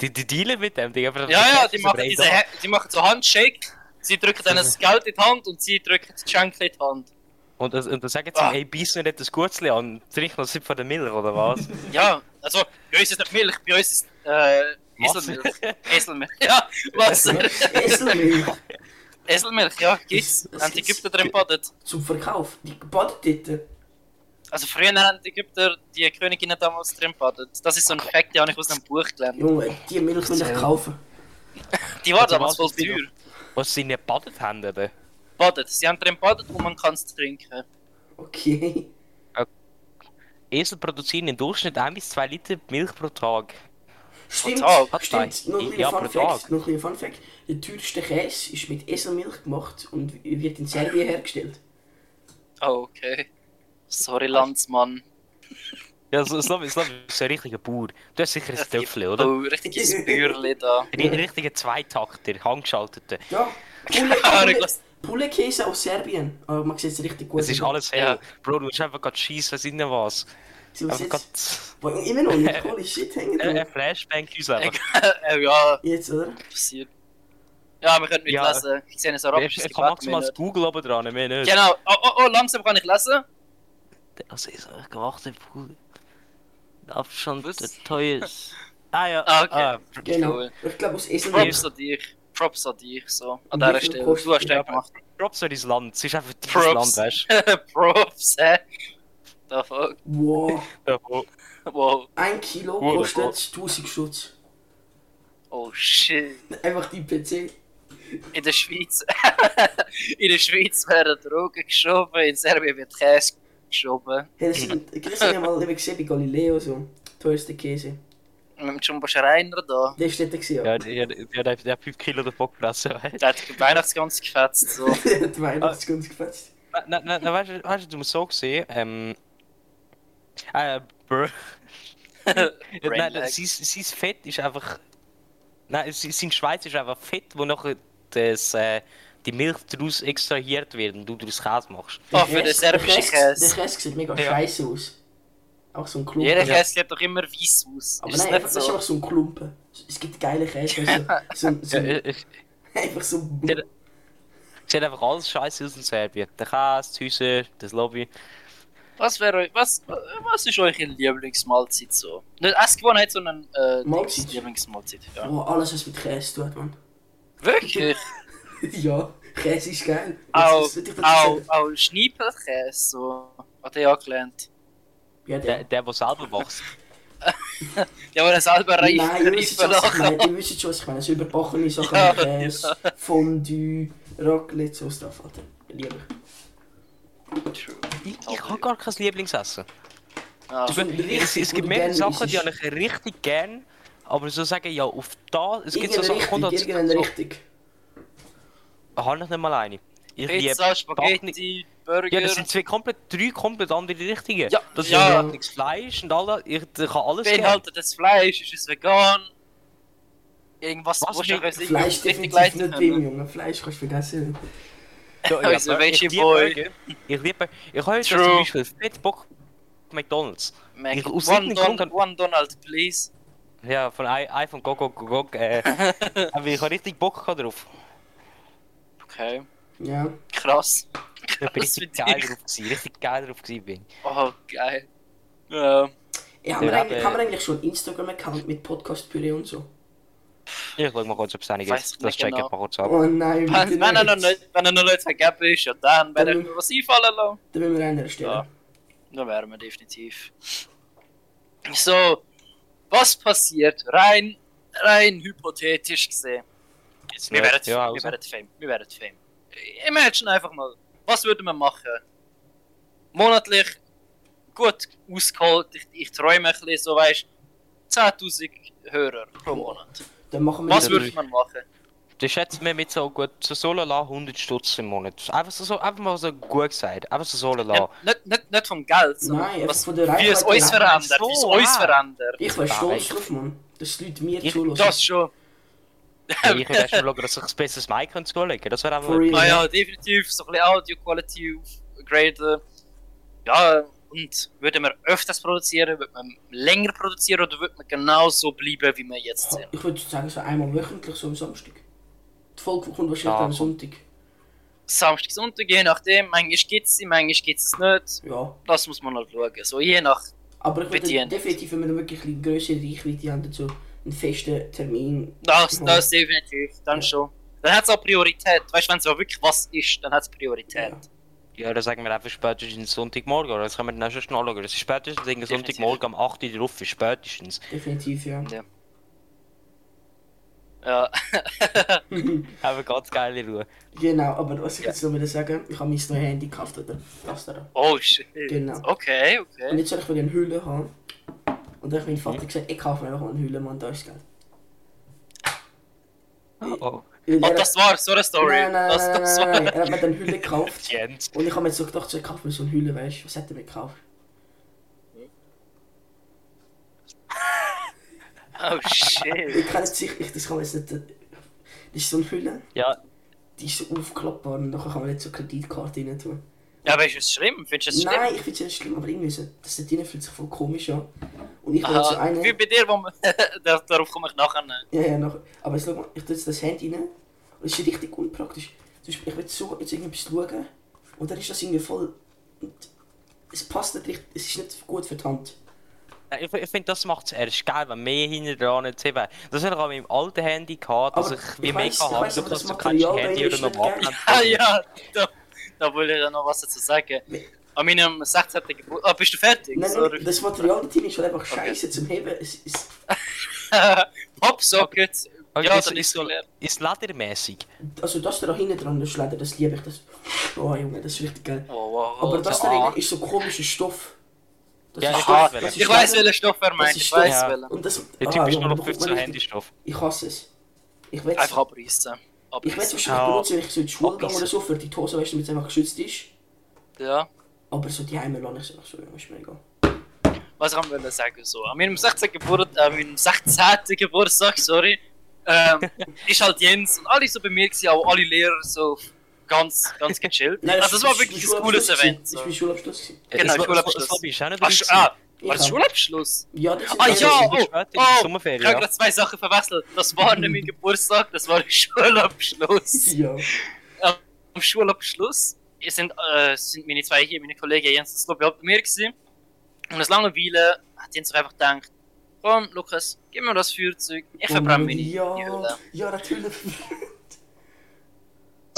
S3: Die, die dealen mit dem, die haben
S1: ähm, Ja, ja, die machen, diese, Hä- die machen so Handshake, sie drücken dann das Geld in die Hand und sie drücken das Geschenk in die Hand.
S3: Und, das- und dann sagen sie,
S1: Ah.
S3: ihm, hey, beiß mir nicht das Gurzli an, trink noch Sip von der Milch, oder was?
S1: Ja, also bei uns ist nicht Milch, bei uns ist äh,
S3: Was?
S1: Eselmilch. Eselmilch, ja, was?
S2: Eselmilch
S1: Eselmilch, ja, gibt's.
S2: Was
S1: Haben die
S2: ist-
S1: Ägypter drin badet.
S2: zum Verkauf. Die Badetitte.
S1: Also früher haben die Ägypter die Königinnen damals drin badet. Das ist so ein Fact, den habe ich aus einem Buch gelernt.
S2: Junge, die Milch will ich kaufen.
S1: Die war
S3: Also
S1: damals voll
S3: was ist die
S1: teuer.
S3: was sie nicht badet haben, oder?
S1: Badet. Sie haben drin badet und man kann es trinken.
S2: Okay.
S3: Esel produzieren im Durchschnitt 1 bis 2 Liter Milch pro Tag.
S2: Stimmt,
S1: Tag,
S3: hat
S2: stimmt.
S3: bei-
S2: Noch ein
S3: ja,
S2: kleiner Fun
S3: pro Tag.
S2: Fact. Noch ein kleiner Fun Fact. Der teuerste Käse ist mit Eselmilch gemacht und wird in Serbien hergestellt.
S1: Oh, okay. Sorry, Landsmann.
S3: Ja, so, so, so, so ein richtiger Bauer. Du hast sicher ein Töffel, oder?
S1: Oh, richtiges Bürli da.
S3: Ein richtiger Zweitakter, handgeschalteter.
S2: Ja. Pulle,
S1: Ah,
S2: Pulle,
S1: Niklas.
S2: Pullekäse aus Serbien. Aber man sieht es richtig gut.
S3: Es ist alles hell.
S1: Ja.
S3: Bro, du hast einfach gerade scheiss, was in was.
S2: Sie was
S3: Einfach
S2: jetzt?
S3: gerade.
S2: Boah, immer noch nicht. Holy shit, hängen
S3: Ein ein
S2: dran.
S3: Flashbang uns einfach.
S1: Äh, ja,
S2: Jetzt, oder?
S1: passiert. Ja, wir können nicht
S3: Ja.
S1: lesen. Ich sehe ein
S3: Ich
S1: arabisches
S3: ich kann
S1: Gebet.
S3: maximal
S1: mehr nicht.
S3: das Google oben dran, mehr nicht.
S1: Genau. Oh, oh, oh, langsam kann ich lesen.
S3: Das ist euch geachtet, Bruder. Abstand der teuerste. Ah ja,
S1: Ah, okay.
S3: ah,
S2: Genau.
S1: Cool.
S2: Ich glaube, aus Eselmilch.
S1: Props an dich. Props an dich, so. An
S2: Und
S1: dieser
S2: wie viel
S1: Stelle.
S2: kostet-
S1: Du hast den
S3: Ja,
S1: gemacht.
S3: Props an dein Land. Es ist einfach dein
S1: Props.
S3: Land, weißt
S1: Props, hä? Da fuck.
S2: Wow.
S3: du? Oh,
S1: Wow.
S2: Ein Kilo
S3: Cool,
S2: kostet
S3: wow.
S2: 1000 Stutz.
S1: Oh shit.
S2: Einfach die PC.
S1: In der Schweiz. in der Schweiz werden Drogen geschoben, in Serbien wird Käse geschoben.
S2: Hey, das sind, das sind ja mal eben gesehen bei Galileo so. Teuerste Käse.
S1: Mit dem Jumbo Schreiner da.
S2: Der ist nicht da gewesen, ja.
S3: Ja, der hat 5 Kilo davon gefressen, weißt du?
S1: Der hat Weihnachtsgans gefetzt, so.
S2: Der hat Weihnachtskunst gefetzt.
S3: Nein, nein, nein, weißt du, weißt du, du musst so sehen, ähm. Äh, bro. nein, nein,
S1: lag.
S3: sein, sein Fett ist einfach. Nein, sein- sein Schweiß ist einfach Fett, wo nachher das, äh, die Milch daraus extrahiert wird und du daraus Käse machst.
S1: Oh, für den serbischen
S2: Der
S1: Käse.
S2: Käse sieht mega
S3: Ja.
S2: scheiße aus. Auch so ein Klumpen.
S1: Jeder Käse sieht doch immer weiß aus.
S2: Aber
S1: ist
S2: nein,
S1: nicht
S2: einfach, das ist
S1: so?
S2: einfach so ein Klumpen. Es gibt geile Käse. Also, so, so,
S3: Ja, äh, ich-
S2: einfach so.
S3: Der- Sieht einfach alles scheiße aus in Serbien. Der Käse, die Häuser, das Lobby.
S1: Was wäre euch. Was, was ist eure Lieblingsmahlzeit so? Nicht Essgewohnheit, sondern äh,
S2: Mahlzeit?
S1: Dings, Lieblingsmahlzeit. Ja.
S2: Oh, alles was mit Käse tut, man.
S1: Wirklich?
S2: ja, Käse ist geil.
S1: Auch,
S2: Jetzt, jetzt, jetzt,
S1: auch, auch Schneipelkäse, so. Hat er ja gelernt.
S2: Ja,
S3: Der,
S2: der.
S3: der, der selber wächst.
S1: Ja, wo er selber reif,
S2: Nein, ihr wisst
S1: reif
S2: schon, was ich
S1: lachen.
S2: meine. Ihr wisst schon, was ich meine. So überbackene Sachen
S1: Ja,
S2: mit Käse, Fondue, Raclette, so Stuff, Alter. Lieber.
S3: Dus Ich, ich habe gar kein Lieblingsessen.
S1: Ja.
S2: Das ist ein richtig,
S3: Es, es
S2: wo
S3: gibt
S2: du
S3: mehrere
S2: gerne
S3: Sachen,
S2: isst.
S3: die habe ich richtig gern, aber so sagen, ja, auf das. Es gibt so
S2: Irgendeine
S3: Sachen,
S2: Richtung,
S3: kommt dazu.
S2: irgendeine Richtung.
S3: Habe ich nicht mal eine. Ich
S1: Pizza,
S3: liebe Backen-
S1: Spaghetti, Burger.
S3: Ja, das sind zwei komplett, drei komplett andere Richtungen.
S1: Ja,
S3: das
S1: ja.
S3: ist gratis Fleisch und all das. Ich da kann alles gern.
S1: beinhaltetes Fleisch, ist es vegan? Irgendwas,
S3: Was
S1: wo ich
S3: mit
S1: richtig
S2: Fleisch
S1: richtig
S2: definitiv
S1: leiten
S2: nicht
S1: kann.
S2: drin, Junge. Fleisch kannst du vergessen.
S3: Ja,
S1: Also,
S3: aber
S1: welche
S3: ich liebe
S1: Boy?
S3: Burger. Ich liebe. Ich habe jetzt
S1: True.
S3: zum Beispiel Fettbock McDonalds.
S1: Mac,
S3: Ich- aus
S1: one,
S3: irgendeinem Grund
S1: Don
S3: kann-
S1: one Donald, please.
S3: Ja, von I- iPhone Go Go Go Go. Äh, aber ich habe richtig Bock gehabt drauf.
S1: Okay,
S2: Ja.
S1: krass.
S3: Ich bin
S1: Was
S3: richtig
S1: für
S3: geil
S1: dich?
S3: drauf gewesen. Richtig geil drauf gewesen bin.
S1: Oh, geil. Ja,
S2: ja haben, wir
S3: Ja,
S2: eigentlich,
S3: aber-
S2: haben wir eigentlich schon einen Instagram-Account mit Podcast-Püree und so?
S3: Ich schau mal kurz, ob es einiges
S1: Weiß
S3: ist.
S1: ich
S3: Das
S1: nicht
S3: check ich
S1: genau.
S3: mal kurz ab.
S2: Oh nein, bitte
S1: wenn, wenn, er noch nicht, wenn er noch nicht vergeben ist, ja dann werde ich
S2: Dann-
S1: mir was einfallen lassen.
S2: Dann müssen wir einen erstellen.
S1: Ja. Dann wären wir definitiv. So, was passiert? Rein, rein hypothetisch gesehen.
S3: Jetzt
S1: Wir
S3: nicht.
S1: werden,
S3: ja,
S1: wir
S3: also.
S1: werden Fame. Wir werden Fame. Imagine einfach mal, was würden wir machen? Monatlich gut ausgeholt, ich, ich träume ein bisschen so, weißt 10.000 Hörer pro Monat.
S2: Dann machen wir
S1: Was
S3: Ja,
S2: wieder-
S1: würde man machen?
S3: Das schätzt mir mit so gut, so so lala 100 Stutz im Monat. Einfach so, so einfach mal so gut gesagt. Einfach so so lala.
S1: Ja, nicht, nicht, nicht vom Geld, sondern
S2: Nein, einfach
S1: was,
S2: von der
S1: wie es uns
S2: Reichweite.
S1: verändert,
S3: So,
S1: wie es uns
S3: ah.
S1: verändert.
S2: Ich wäre
S3: Ah,
S2: stolz
S3: ich-
S2: drauf, Mann. Dass die Leute mir
S3: Ich-
S2: zulassen.
S1: Das schon.
S3: Hey, ich würde erst mal schauen, dass ich ein besseres Mic kann zulegen kann. Das wäre einfach
S2: For real.
S1: Ah ja, definitiv. So ein bisschen Audio-Quality upgraden. Ja, und würde man öfters produzieren, würde man länger produzieren oder würde man genauso bleiben, wie wir jetzt sind?
S2: Ich würde sagen, so einmal wöchentlich, so am Samstag. Die Folge kommt wahrscheinlich
S3: Ja,
S2: am
S3: gut.
S2: Sonntag.
S1: Samstag, Sonntag, je nachdem. Manchmal gibt es sie, manchmal gibt es nicht.
S2: Ja.
S1: Das muss man noch schauen. So je nach.
S2: Aber ich würde
S1: Bedient.
S2: definitiv, wenn wir noch wirklich eine größere Reichweite haben, dazu einen festen Termin.
S1: Das,
S2: Mhm.
S1: das definitiv. Dann
S2: Ja.
S1: schon. Dann hat es auch Priorität. Weißt du, wenn es wirklich was ist, dann hat es Priorität.
S2: Ja.
S3: Ja, das sagen wir einfach spätestens Sonntagmorgen, oder? Das können wir dann auch schon schnell anschauen. Das ist spätestens irgendwie
S1: Definitiv.
S3: Sonntagmorgen um am 8 Uhr drauf, ist spätestens.
S2: Definitiv, ja.
S1: Ja.
S3: Einfach ganz geile Ruhe.
S2: Genau, aber was ich jetzt noch wieder sagen, ich habe mein neues Handy gekauft, oder? Das da.
S1: Oh shit.
S2: Genau.
S1: Okay,
S2: Und
S1: okay.
S2: jetzt soll ich wieder eine Hülle haben. Und dann hat mein
S1: Mhm.
S2: Vater gesagt, ich kaufe mir einfach mal eine Hülle, Mann, da ist das Geld.
S3: Oh,
S2: Weil
S1: Oh,
S2: er-
S1: das war so eine Story.
S2: Nein, nein,
S1: das,
S2: nein, nein,
S1: das
S2: nein,
S1: war.
S2: nein, er hat mir dann eine Hülle gekauft.
S3: Jens.
S2: Und ich habe mir jetzt so gedacht, so, ich kaufe mir so eine Hülle, weißt du, was hat er mir gekauft?
S1: Oh shit.
S2: Ich kann jetzt sicher, ich, das kann man jetzt nicht... äh, Das ist so eine Hülle,
S3: Ja,
S2: die ist so aufklappbar und nachher kann man jetzt so Kreditkarte rein tun.
S1: Ja, aber ist es schlimm? Findest du es schlimm?
S2: Nein, ich finde es nicht schlimm, aber irgendwie so, das da drin fühlt sich voll komisch an. Und ich will jetzt so
S1: Aha,
S2: eine...
S1: Ah, wie bei dir, wo man, Dar- darauf komme ich nachher. noch.
S2: Ja, ja, nachher. Aber jetzt schau mal, ich tue jetzt das Handy rein und es ist richtig unpraktisch. Zum Beispiel, ich will so jetzt irgendwas schauen und dann ist das irgendwie voll... und Es passt nicht richtig, es ist nicht gut für die Hand.
S3: Nein, ich, ich finde, das macht es erst geil, wenn mehr hinten dran nicht sehen wollen. Das habe ich auch mit meinem alten Handy gehabt, dass
S2: Aber
S3: ich
S2: ich
S3: wie mehr
S2: weiss-
S3: kann
S2: ich weiss,
S3: haben,
S2: aber
S3: dass
S2: das
S3: ich kein
S2: Material
S3: Handy
S2: dahinter
S3: oder
S2: ist
S3: noch
S2: nicht geil.
S1: Ah ja, da, da
S3: Wackeln
S1: wollte ich ja noch was dazu sagen. An meinem 16. Geburtstag. Ah, bist du fertig?
S2: Nein, nein,
S1: Sorry.
S2: das Material da drin ist halt einfach scheiße zum Heben. Es, es,
S1: Popsocket.
S3: Okay,
S1: ja,
S3: das
S1: dann
S3: ist
S1: ist
S3: so-
S1: so leer.
S3: Ist ledermäßig.
S2: also das da hinten dran, das Leder, das liebe ich. Das, oh Junge, das ist richtig geil.
S1: Wow, wow,
S2: Aber
S1: wow.
S2: das
S3: so
S2: da
S3: ah.
S2: drin ist so komischer Stoff. Das
S3: Ja,
S2: ist
S3: ich
S2: Stoff,
S3: weiß,
S2: das ist
S1: Ich weiß,
S2: Leder.
S1: welchen Stoff er meint.
S2: ist
S1: Ich weiß,
S3: Stoff.
S1: welchen.
S2: Und das,
S3: Der Typ
S2: Ah,
S3: ist
S2: Junge, da
S3: nur noch
S2: kommt man
S3: 15
S2: richtig-
S3: Handystoff.
S2: Ich hasse es. Ich will
S1: Einfach abreißen.
S2: Ich weiß
S1: Abreißen.
S2: wahrscheinlich
S3: Ja.
S2: benutzen, wenn ich so in die Schule gehe oder
S3: Abreißen.
S2: so, für die Hose, weißt du, damit es einfach geschützt ist.
S1: Ja.
S2: Aber so die Heime lasse ich es einfach so, Junge, ist mir egal.
S1: was kann man sagen so? An meinem 16. Geburt, äh, an meinem 16. Geburtstag, sorry, ähm, ist halt Jens und alle so bei mir gewesen, auch alle Lehrer so ganz, ganz gechillt. also das war wirklich ein cooles
S2: Schulabschluss
S1: Event.
S2: gewesen.
S1: So.
S2: Das war mein Schulabschluss. gewesen.
S1: Genau,
S3: Es war-
S1: Schulabschluss.
S3: es war- es war- ist auch noch
S1: Ach, sch- ah,
S3: dabei gewesen.
S2: Ich
S1: war das
S2: hab-
S1: Schulabschluss?
S2: Ja, das ist
S1: Ah,
S2: das
S1: ja,
S2: ist-
S3: Das war
S1: oh,
S3: später in der
S1: oh, ich habe
S3: Sommerferien. ja.
S1: gerade zwei Sachen verwechselt. Das war nämlich Geburtstag, das war der Schulabschluss.
S2: Ja.
S1: Am Schulabschluss sind, äh, sind meine zwei hier, meine Kollegen Jens und Slobi, auch bei mir gewesen. Und aus Langeweile hat Jens einfach gedacht, komm Lukas, gib mir das Feuerzeug, ich verbrenne meine
S2: Ja,
S1: die Hölle.
S2: ja, natürlich.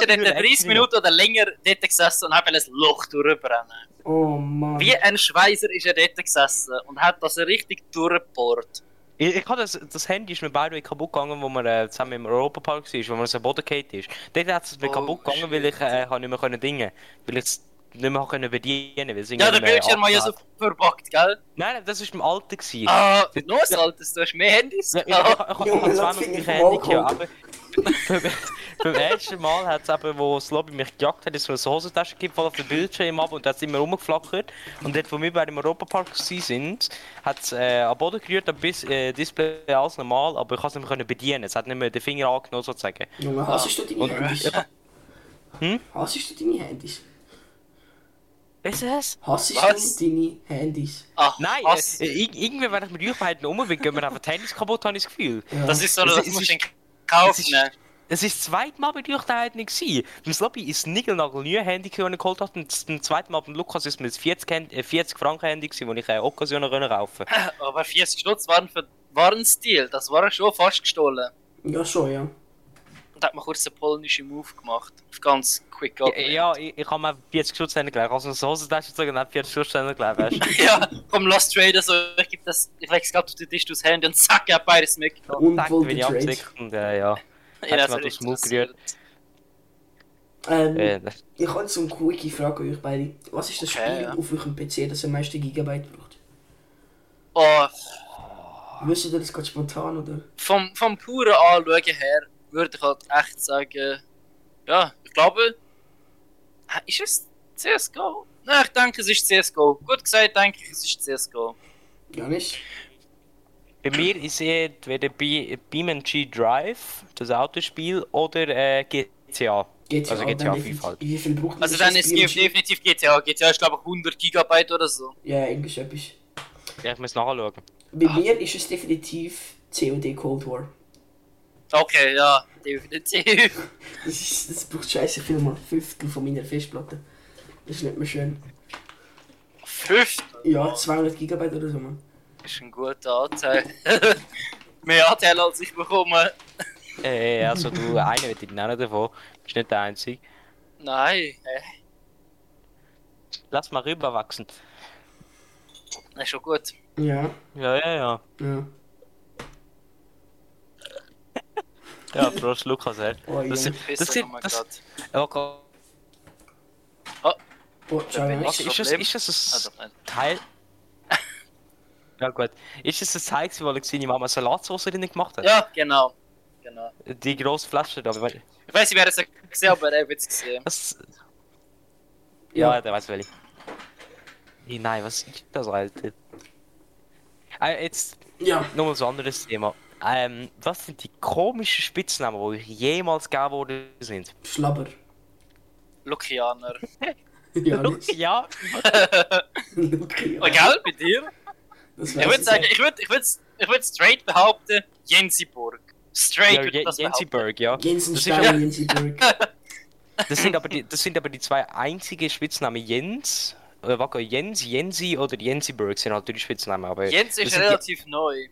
S1: Ich habe dort 30 Minuten oder länger dort gesessen und habe ein Loch durchbrennen.
S2: Oh Mann.
S1: Wie ein Schweizer ist er dort gesessen und hat das richtig durchgebohrt.
S3: Ich, ich hab das, das Handy ist mir beide way kaputt gegangen, wo wir äh, zusammen im Europapark war, wo wir uns am Boden gefallen ist. Dort hat es mir
S1: Oh,
S3: kaputt gegangen, weil ich äh, hab nicht mehr können dingen Weil ich es nicht mehr können bedienen konnte.
S1: Ja, der Bildschirm war ja so verpackt, gell?
S3: Nein, nein, das war im Alten. Gewesen.
S1: Ah, noch ein altes, du hast mehr Handys?
S3: Ja, ich, ich, ich,
S1: Ah.
S3: ich,
S2: Junge,
S3: ich
S2: lass
S3: habe
S2: die
S3: zwei
S2: Finger
S3: mich
S2: vom
S3: Handy
S2: Alkohol.
S3: gehabt, aber beim- beim ersten Mal hat es eben, wo das Lobby mich gejagt hat, ist mir so eine Hosentasche gegeben, voll auf den Bildschirm ab und hat es immer rumgeflackert. Und dort, wo wir bei dem Europapark gewesen sind, hat es äh, am Boden gerührt, am Bis äh, Display alles normal, aber ich konnte es nicht mehr können bedienen. Es hat nicht mehr den Finger angenommen, sozusagen.
S2: Junge, hassest du deine Handys?
S3: Hm?
S2: Hassest du deine Handys?
S3: Weißt du es?
S2: Hassest
S1: Was?
S2: du deine Handys?
S1: Ah,
S3: Nein,
S1: was?
S3: äh, ir- irgendwie, wenn ich mit euch beiden rum bin, gehen wir einfach Tennis kaputt, habe ich das Gefühl.
S2: Ja.
S1: das ist so,
S3: es
S1: das
S3: ist-
S1: musst du in
S3: es
S1: Kauf
S3: ist-
S1: nehmen.
S3: Es ist das zweite Mal bei dir da heute nicht gewesen. Beim Slobby ist Nigelnagel nie ein Handy, gewesen, das ich geholt habe. Und beim zweiten Mal beim Lukas ist mir das 40, Hand- äh, 40 Franken Handy, gewesen, das ich äh, Occasion noch kaufen konnte.
S1: Aber 40 Stutz waren für waren Stil, das war schon fast gestohlen.
S2: Ja, schon, ja.
S1: Und hat man kurz einen polnischen Move gemacht. Auf ganz quick up.
S3: Ja, ja, ich, ich habe mir 40 Schutz gelegt. Also so Hosentasche gezogen und habe 40 Schutz gelegt, weißt du?
S1: ja, komm, lass traden, so, ich geb das, ich leg's grad auf den Tisch durchs Handy und zack, er hat beides mitgenommen.
S2: Und
S3: Zack,
S2: wohl
S3: bin
S2: die
S3: ich
S2: Trade.
S3: abgesichert und äh, ja.
S1: Ja, das
S3: Hat's mir
S1: ist
S3: durchs Maul gerührt.
S2: Ähm,
S3: Äh, das-
S2: Ich habe so eine quickie Frage an euch beide. Was ist das
S1: Okay,
S2: Spiel
S1: ja.
S2: auf eurem PC, das am meisten Gigabyte braucht?
S1: Oh,
S2: Wisst ihr das gerade spontan, oder?
S1: vom, vom puren Anschauen her würde ich halt echt sagen, ja, ich glaube, hä, ist es CSGO? Nein, ich denke, es ist CSGO. Gut gesagt, denke ich, es ist CSGO.
S2: Janis?
S3: Bei mir ist es entweder Be- BeamNG Drive, das Autospiel, oder äh, GTA.
S2: GTA,
S3: Also
S2: dann
S3: GTA
S2: definitiv-
S3: FIFA halt.
S2: Wie viel braucht man
S1: Also
S2: das
S1: dann ist
S2: Spiel?
S1: definitiv GTA. GTA ist glaube ich 100 Gigabyte oder so.
S2: Ja, irgendwie so etwas.
S3: Ja, ich muss nachschauen.
S2: Bei mir ist es definitiv COD Cold War.
S1: Okay, ja, definitiv.
S2: Das, ist, das braucht scheiße viel mal. Fünftel von meiner Festplatte. Das ist nicht mehr schön.
S1: 5.
S2: Ja, 200 Gigabyte oder so, man.
S1: Ist ein guter Anteil. Mehr Anteil als ich bekomme.
S3: Äh, also du, einer wird ich nennen davon. Bist nicht der Einzige.
S1: Nein, äh,
S3: Lass mal rüberwachsen.
S1: das ist schon gut.
S2: Ja,
S3: Ja, ja, ja.
S2: ja.
S3: Ja, Prost, Lukas, ey.
S2: Oh,
S3: Das,
S2: ja.
S3: das, das,
S1: nochmal
S3: das,
S1: grad.
S3: oh Gott.
S2: Oh, ciao,
S1: bin
S2: Alex.
S1: ich-
S3: ist, ist, das,
S1: Problem?
S3: ist
S1: Ah,
S3: das
S1: doch, nein.
S3: ein Teil... Ja gut. Ist das ein Teil gewesen, wo seine Mama Salatsauce drin gemacht hat?
S1: Ja, genau. genau.
S3: Die grosse Flasche da. weil-
S1: Ich weiß, ich werde es nicht gesehen, aber er wird es gesehen.
S3: Was? Ja,
S2: Ja,
S3: der weiß welche. Ey, Nein, was ist das, Alter? Ah, jetzt
S2: ja.
S3: nochmal so ein anderes Thema. Ähm, was sind die komischen Spitznamen, die jemals gegeben worden sind?
S2: Schlabber.
S1: Lukianer.
S2: Ja, Alex.
S3: ja.
S2: Okay, ja.
S1: Oh, gell, bei dir?
S2: Das
S1: Ich
S2: weiß
S1: würde sagen, ich würde ich würd, ich würd straight behaupten, Jensiburg. Straight
S3: ja
S1: würd ich
S3: Je-
S1: das behaupten.
S3: Jensiburg, ja. Das, ist,
S2: Jensenstein und Jensenburg.
S3: das, sind aber die, das sind aber die zwei einzigen Spitznamen Jens. Oder Wacker Jens, Jensi oder Jensiburg sind halt die Spitznamen, aber.
S1: Jens
S3: das
S1: ist
S3: sind
S1: relativ neu.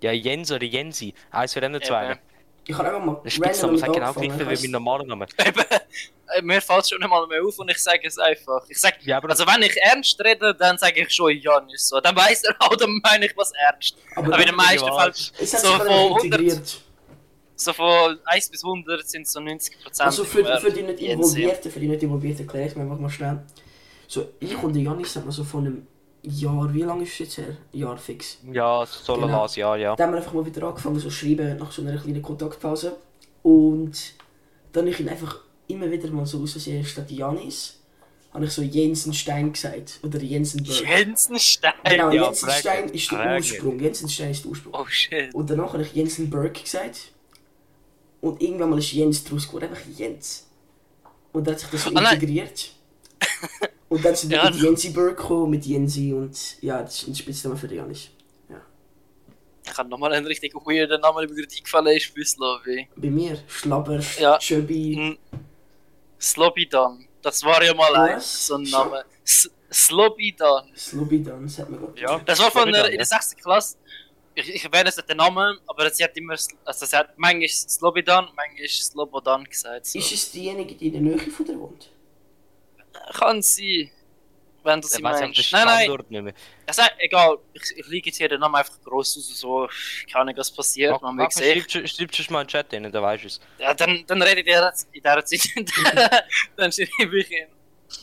S3: die, Ja, Jens oder Jensi. Eins von den
S1: Eben.
S3: zwei.
S2: Ich habe einfach mal
S3: Der Spitzname sagt genau gleich viel wie mein
S2: angefangen.
S3: normaler Name.
S1: Eben, äh, mir fällt schon einmal mehr auf und ich sage es einfach. Ich sag,
S3: Ja, aber das-
S1: also wenn ich ernst rede, dann sage ich schon Janis. So. Dann weiß er auch, dann meine ich was ernst.
S2: Aber
S1: Aber in den meisten
S3: Ja,
S1: Fällen,
S2: es hat
S1: so
S2: sich
S1: von,
S2: gerade einfach
S1: 100,
S2: integriert.
S1: so von 1 bis 100 sind so 90 Prozent. äh,
S2: Also für, für die nicht involvierten, für die nicht involvierten erkläre ich mir einfach mal schnell. So, ich und der Janis haben wir so vor einem Jahr, wie lange ist es jetzt her? Jahr fix.
S3: Ja, so
S2: Genau.
S3: las, ja, ja.
S2: Da haben wir einfach mal wieder angefangen so schreiben nach so einer kleinen Kontaktpause. Und dann ich ihn einfach immer wieder mal so aussehen statt Janis, habe ich so Jensenstein gesagt. Oder Jensenberg.
S1: Jensenstein.
S2: Genau,
S3: ja,
S2: Jensenstein
S3: prägend,
S2: ist der
S3: prägend.
S2: Ursprung. Jensenstein ist der Ursprung.
S1: Oh shit.
S2: Und danach habe ich Jensen Berg gesagt. Und irgendwann mal ist Jens draus geworden, einfach Jens. Und dann hat sich das so
S1: Ah, nein.
S2: integriert. und dann sind wir
S1: Ja,
S2: mit
S1: no.
S2: Jensi Berg gekommen, mit Jensi und ja, das ist ein Spitzname für den Janis.
S1: Ich habe nochmal einen richtig weirden Namen, der mir gerade eingefallen ist, für Slobi.
S2: Bei mir, Schlabber,
S1: Ja.
S2: Chubby.
S1: Hm. Slobidan. Das war ja mal
S2: Was?
S1: ein, so ein Name. S Slobidan.
S2: Slobidan, sagt man gerade.
S3: Ja.
S1: Das war von
S3: Slobodan,
S1: der, in
S3: ja.
S1: der 6. Klasse. Ich, ich erwähne jetzt nicht den Namen, aber sie hat immer, Sl- also sie hat manchmal Slobodan, manchmal Slobodan gesagt. So.
S2: Ist es diejenige, die in der Nähe von dir wohnt?
S1: Kann sie, wenn du
S3: Ich
S1: sie
S3: weiß den
S1: meinst. Nein, nein,
S3: Standort nicht mehr.
S1: es ist egal. Ich, ich liege jetzt hier den Namen einfach groß aus, so, keine Ahnung, was passiert, man
S3: Mach-
S1: will
S3: mach-
S1: sehen.
S3: schreibst- Schreibst du es mal in den Chat rein, dann weißt du es.
S1: Ja, dann, dann rede ich dir jetzt in dieser Zeit, dann schreibe ich ihn.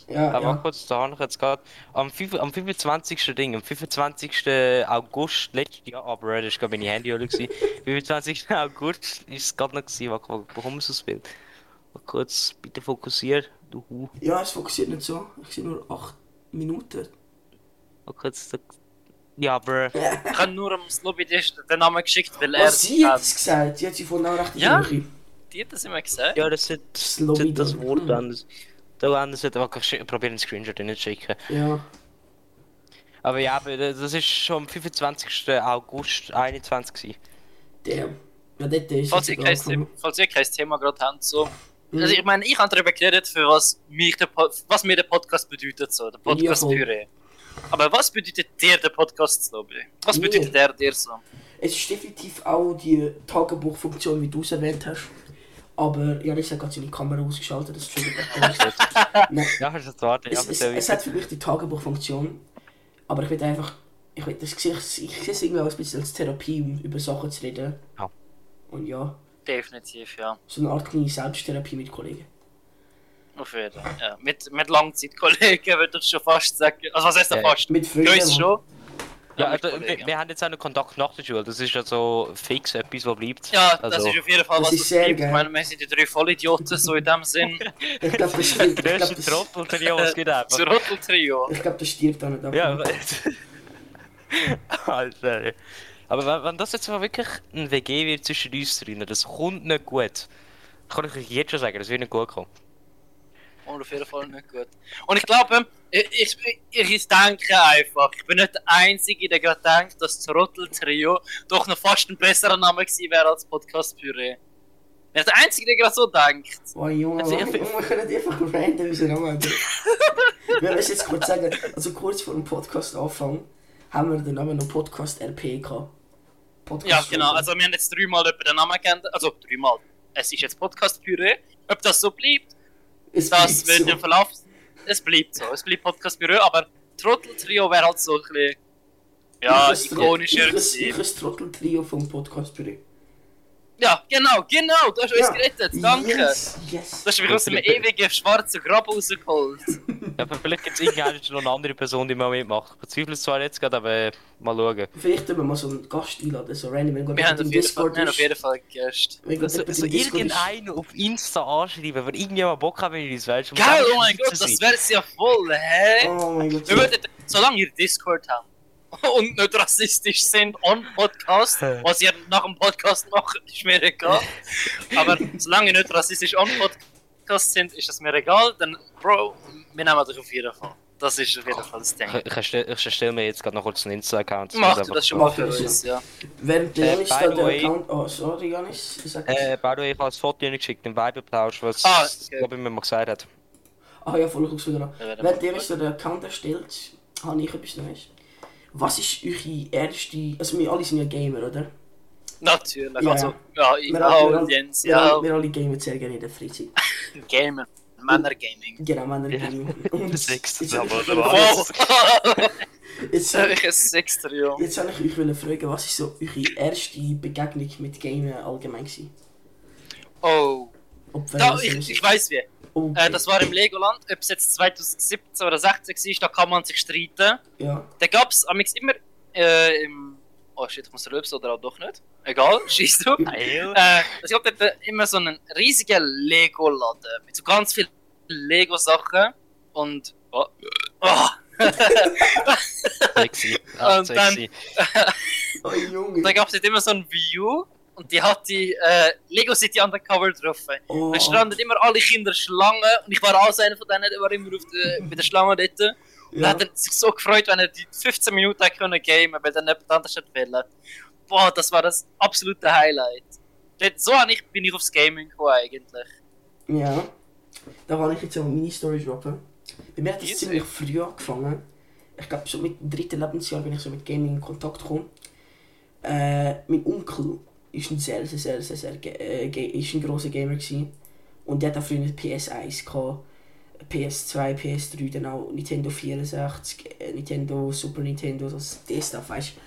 S2: Ja,
S3: Aber
S2: ja.
S3: kurz, da habe ich jetzt gerade. Am, 5 am 25. Ding, am 25. August letztes Jahr, aber äh, das war gerade meine Handy oder gewesen. 25. August ist es gerade noch gewesen, warte, warte, warum ist das Bild? Warte kurz, bitte fokussieren, du Hu.
S2: ja, es fokussiert nicht so. Ich sehe nur 8 Minuten.
S3: Warte kurz, da- Ja, aber.
S1: Ich habe nur am Slobodan den Namen geschickt, weil er
S2: Was sie hat
S1: hat.
S2: es gesagt? Sie hat sie von auch recht in
S1: Ja.
S2: der Nähe.
S1: Die hat das immer gesagt.
S3: Ja, das ist das,
S2: Slobodan.
S3: das Wort anders. Da anders, ich probiere einen Screenshot nicht zu schicken.
S2: Ja.
S3: Aber ja, aber das das ist schon am 25. August 21 gewesen.
S2: Damn. Ja, dort ist
S1: Falls ihr, kein Thema, falls ihr kein Thema gerade habt, so.
S2: Mhm.
S1: Also ich meine, ich habe darüber geredet, für was, mich der Po- was mir der Podcast bedeutet, so, der Podcast
S2: Jawohl.
S1: Püree. Aber was bedeutet dir der Podcast, Lobby? Was
S2: Mir?
S1: bedeutet der dir so?
S2: Es ist definitiv auch die Tagebuchfunktion, wie du es erwähnt hast. Aber ja, ich habe gerade seine Kamera ausgeschaltet, das ist Nein,
S3: Ja, das war der.
S2: es, es, es hat für mich die Tagebuchfunktion. Aber ich will einfach, ich will das Gesicht, ich sehe es irgendwie auch ein bisschen als Therapie, um über Sachen zu reden.
S3: Ja.
S2: Und ja,
S1: Definitiv, ja.
S2: so eine Art kleine Selbsttherapie mit Kollegen.
S1: Auf jeden Fall. Ja. Mit, mit Langzeitkollegen würde ich schon fast sagen. Also was heißt da
S3: Ja,
S1: fast?
S2: Mit
S1: Für
S2: Freunden.
S1: uns schon.
S3: Ja,
S1: mit
S3: also, wir,
S1: Kollegen.
S3: wir haben jetzt auch noch Kontakt nach der Schule. Das ist ja so fix etwas, was bleibt.
S1: ja, das
S3: also,
S1: ist auf jeden Fall
S2: Das
S1: was
S2: ist
S1: es
S2: sehr
S1: gibt.
S2: geil.
S1: Ich meine, wir sind die drei Vollidioten, so in dem Sinn.
S2: Ich glaube, das stirbt. Ich
S3: Der
S2: glaube,
S3: erste
S2: das,
S3: Trottel, der ja was geht einfach.
S1: Zur Rottel-Trio.
S2: ich glaub, das stirbt auch nicht ab.
S3: Ja, Alter. Aber wenn, wenn das jetzt mal wirklich ein WG wird zwischen uns drin, das kommt nicht gut. Kann ich euch jetzt schon sagen, das wird nicht gut kommen.
S1: Und auf jeden Fall nicht gut. Und ich glaube, ich, ich, ich denke einfach, ich bin nicht der Einzige, der gerade denkt, dass das Rottel-Trio doch noch fast ein besserer Name gewesen wäre als Podcast-Püree. Ich bin der Einzige, der gerade so denkt.
S2: Boah, Junge,
S1: Also,
S2: also,
S1: ich
S2: wir
S1: bin-
S2: können die einfach random unseren Namen ändern. Wir müssen jetzt kurz sagen, also kurz vor dem Podcast-Anfang haben wir den Namen noch Podcast-RP gehabt. Podcast
S1: Ja, genau. Also, wir haben jetzt dreimal über den Namen geändert. Also, dreimal. Es ist jetzt Podcast-Püree. Ob das so bleibt,
S2: es
S1: das
S2: bleibt
S1: wird
S2: so.
S1: im Verlauf. Es bleibt so. Es bleibt Podcast-Püree, aber Trottel-Trio wäre halt so ein bisschen. Ja,
S2: Ich ein Trot-
S1: ikonischer.
S2: ich ein- Ich
S1: gewesen.
S2: ein Trottel-Trio vom Podcast-Püree.
S1: Ja, genau, genau. Du hast uns gerettet. Danke.
S2: Yes, yes.
S1: Du hast mich aus dem ewigen schwarzen Grab rausgeholt.
S3: Ja, aber vielleicht gibt es irgendwann noch eine andere Person, die mal mitmacht. Ich bezweifle es zwar jetzt gerade, aber äh, mal schauen.
S2: Vielleicht können wir mal so einen Gast einladen, so random, wenn
S1: Wir
S2: gerade
S1: haben auf
S2: im
S1: jeden Fall,
S2: Discord
S1: wir haben auf
S2: ist.
S1: jeden Fall Gäste.
S2: Wenn gerade
S3: Also,
S2: jemand
S3: also
S2: im Discord ist.
S3: irgendeinen auf Insta anschreiben, wenn irgendjemand Bock hat, wenn ihr uns weißt.
S1: Geil, oh mein Gott, das wär's ja voll, hä?
S2: Oh mein Gott.
S1: Wir würden, solange ihr Discord habt und nicht rassistisch sind on Podcast, was ihr nach dem Podcast macht, ist mir egal. Aber solange ihr nicht rassistisch on Podcast sind, ist das mir egal. Dann, Bro, wir nehmen dich auf jeden Fall. Das ist auf jeden Fall das Ding.
S3: Ich, ich, stell- ich stelle mir jetzt gerade noch kurz einen Insta-Account.
S1: Macht ihr das schon mal
S2: machen
S1: für
S2: wir
S1: uns, ja.
S2: Während der
S3: Äh,
S2: Janis
S3: by
S2: da
S3: the
S2: den
S3: way-
S2: Account. Oh, sorry, Janis. Ich sag
S3: Äh, by the way, ich habe ein Foto hingeschickt, den Weiberplausch, was
S1: Ah, okay.
S3: glaub ich mir mal gesagt hat.
S2: Ah ja, voll, ich guck's wieder an.
S1: Ja, warte mal.
S2: Während ihr euch so den Account erstellt, habe ich etwas Neues. Was ist eure erste... Also wir alle sind ja Gamer, oder?
S1: Natürlich,
S2: Ja.
S1: also, ja, ich
S2: Wir,
S1: auch, Jens,
S2: wir,
S1: ja,
S2: alle- wir alle gamen sehr gerne in der Freizeit.
S1: Gamer, Männer Gaming.
S2: Genau, Männer
S3: Ja.
S2: gamen. Und
S3: Das ist-
S2: jetzt,
S3: aber-
S2: jetzt,
S3: aber-
S1: Wow!
S2: jetzt,
S1: Soll ich ein Sextrio?
S2: jetzt habe ich euch wollen fragen, was ist so eure erste Begegnung mit Gamen allgemein gewesen?
S1: Oh.
S2: Ob
S1: Da, ich, ich weiß wie.
S2: Oh,
S1: Äh, das war im Legoland, ob es jetzt 2017 oder 2016 war, da kann man sich streiten.
S2: Ja.
S1: Da gab es immer äh, im. Oh shit, ich muss rülpsen oder auch doch nicht. Egal, schieß drauf. Äh, es gab dort immer so einen riesigen Lego-Laden mit so ganz vielen Lego-Sachen und. Oh. Oh.
S3: Sexy. Ah,
S1: Und
S3: sexy.
S2: Oh Junge.
S1: Da gab es immer so ein View und die hat die äh, Lego City Undercover drauf.
S2: oh,
S1: Dann standen immer alle Kinder Schlangen und ich war auch so einer von denen, der war immer auf der, mit der Schlange dort. Und
S2: oh, ja.
S1: hat er sich so gefreut, wenn er die 15 Minuten hat können gamen, weil dann jemand anders hat wollen. Boah, das war das absolute Highlight. Dort- So habe ich- bin ich aufs Gaming gekommen eigentlich.
S2: Ja. Da kann ich jetzt auch meine Story droppen. Bei mir hat das
S1: Easy.
S2: ziemlich früh angefangen. Ich glaube, so mit dem dritten Lebensjahr bin ich so mit Gaming in Kontakt gekommen. Äh, mein Onkel ist ein sehr, sehr, sehr, sehr, sehr ge- äh, ge- ist ein grosser Gamer gewesen. Und der hat auch früher PS1 gehabt, PS2, PS3, dann auch Nintendo 64, äh, Nintendo, Super Nintendo, das, das Stuff, weißt du.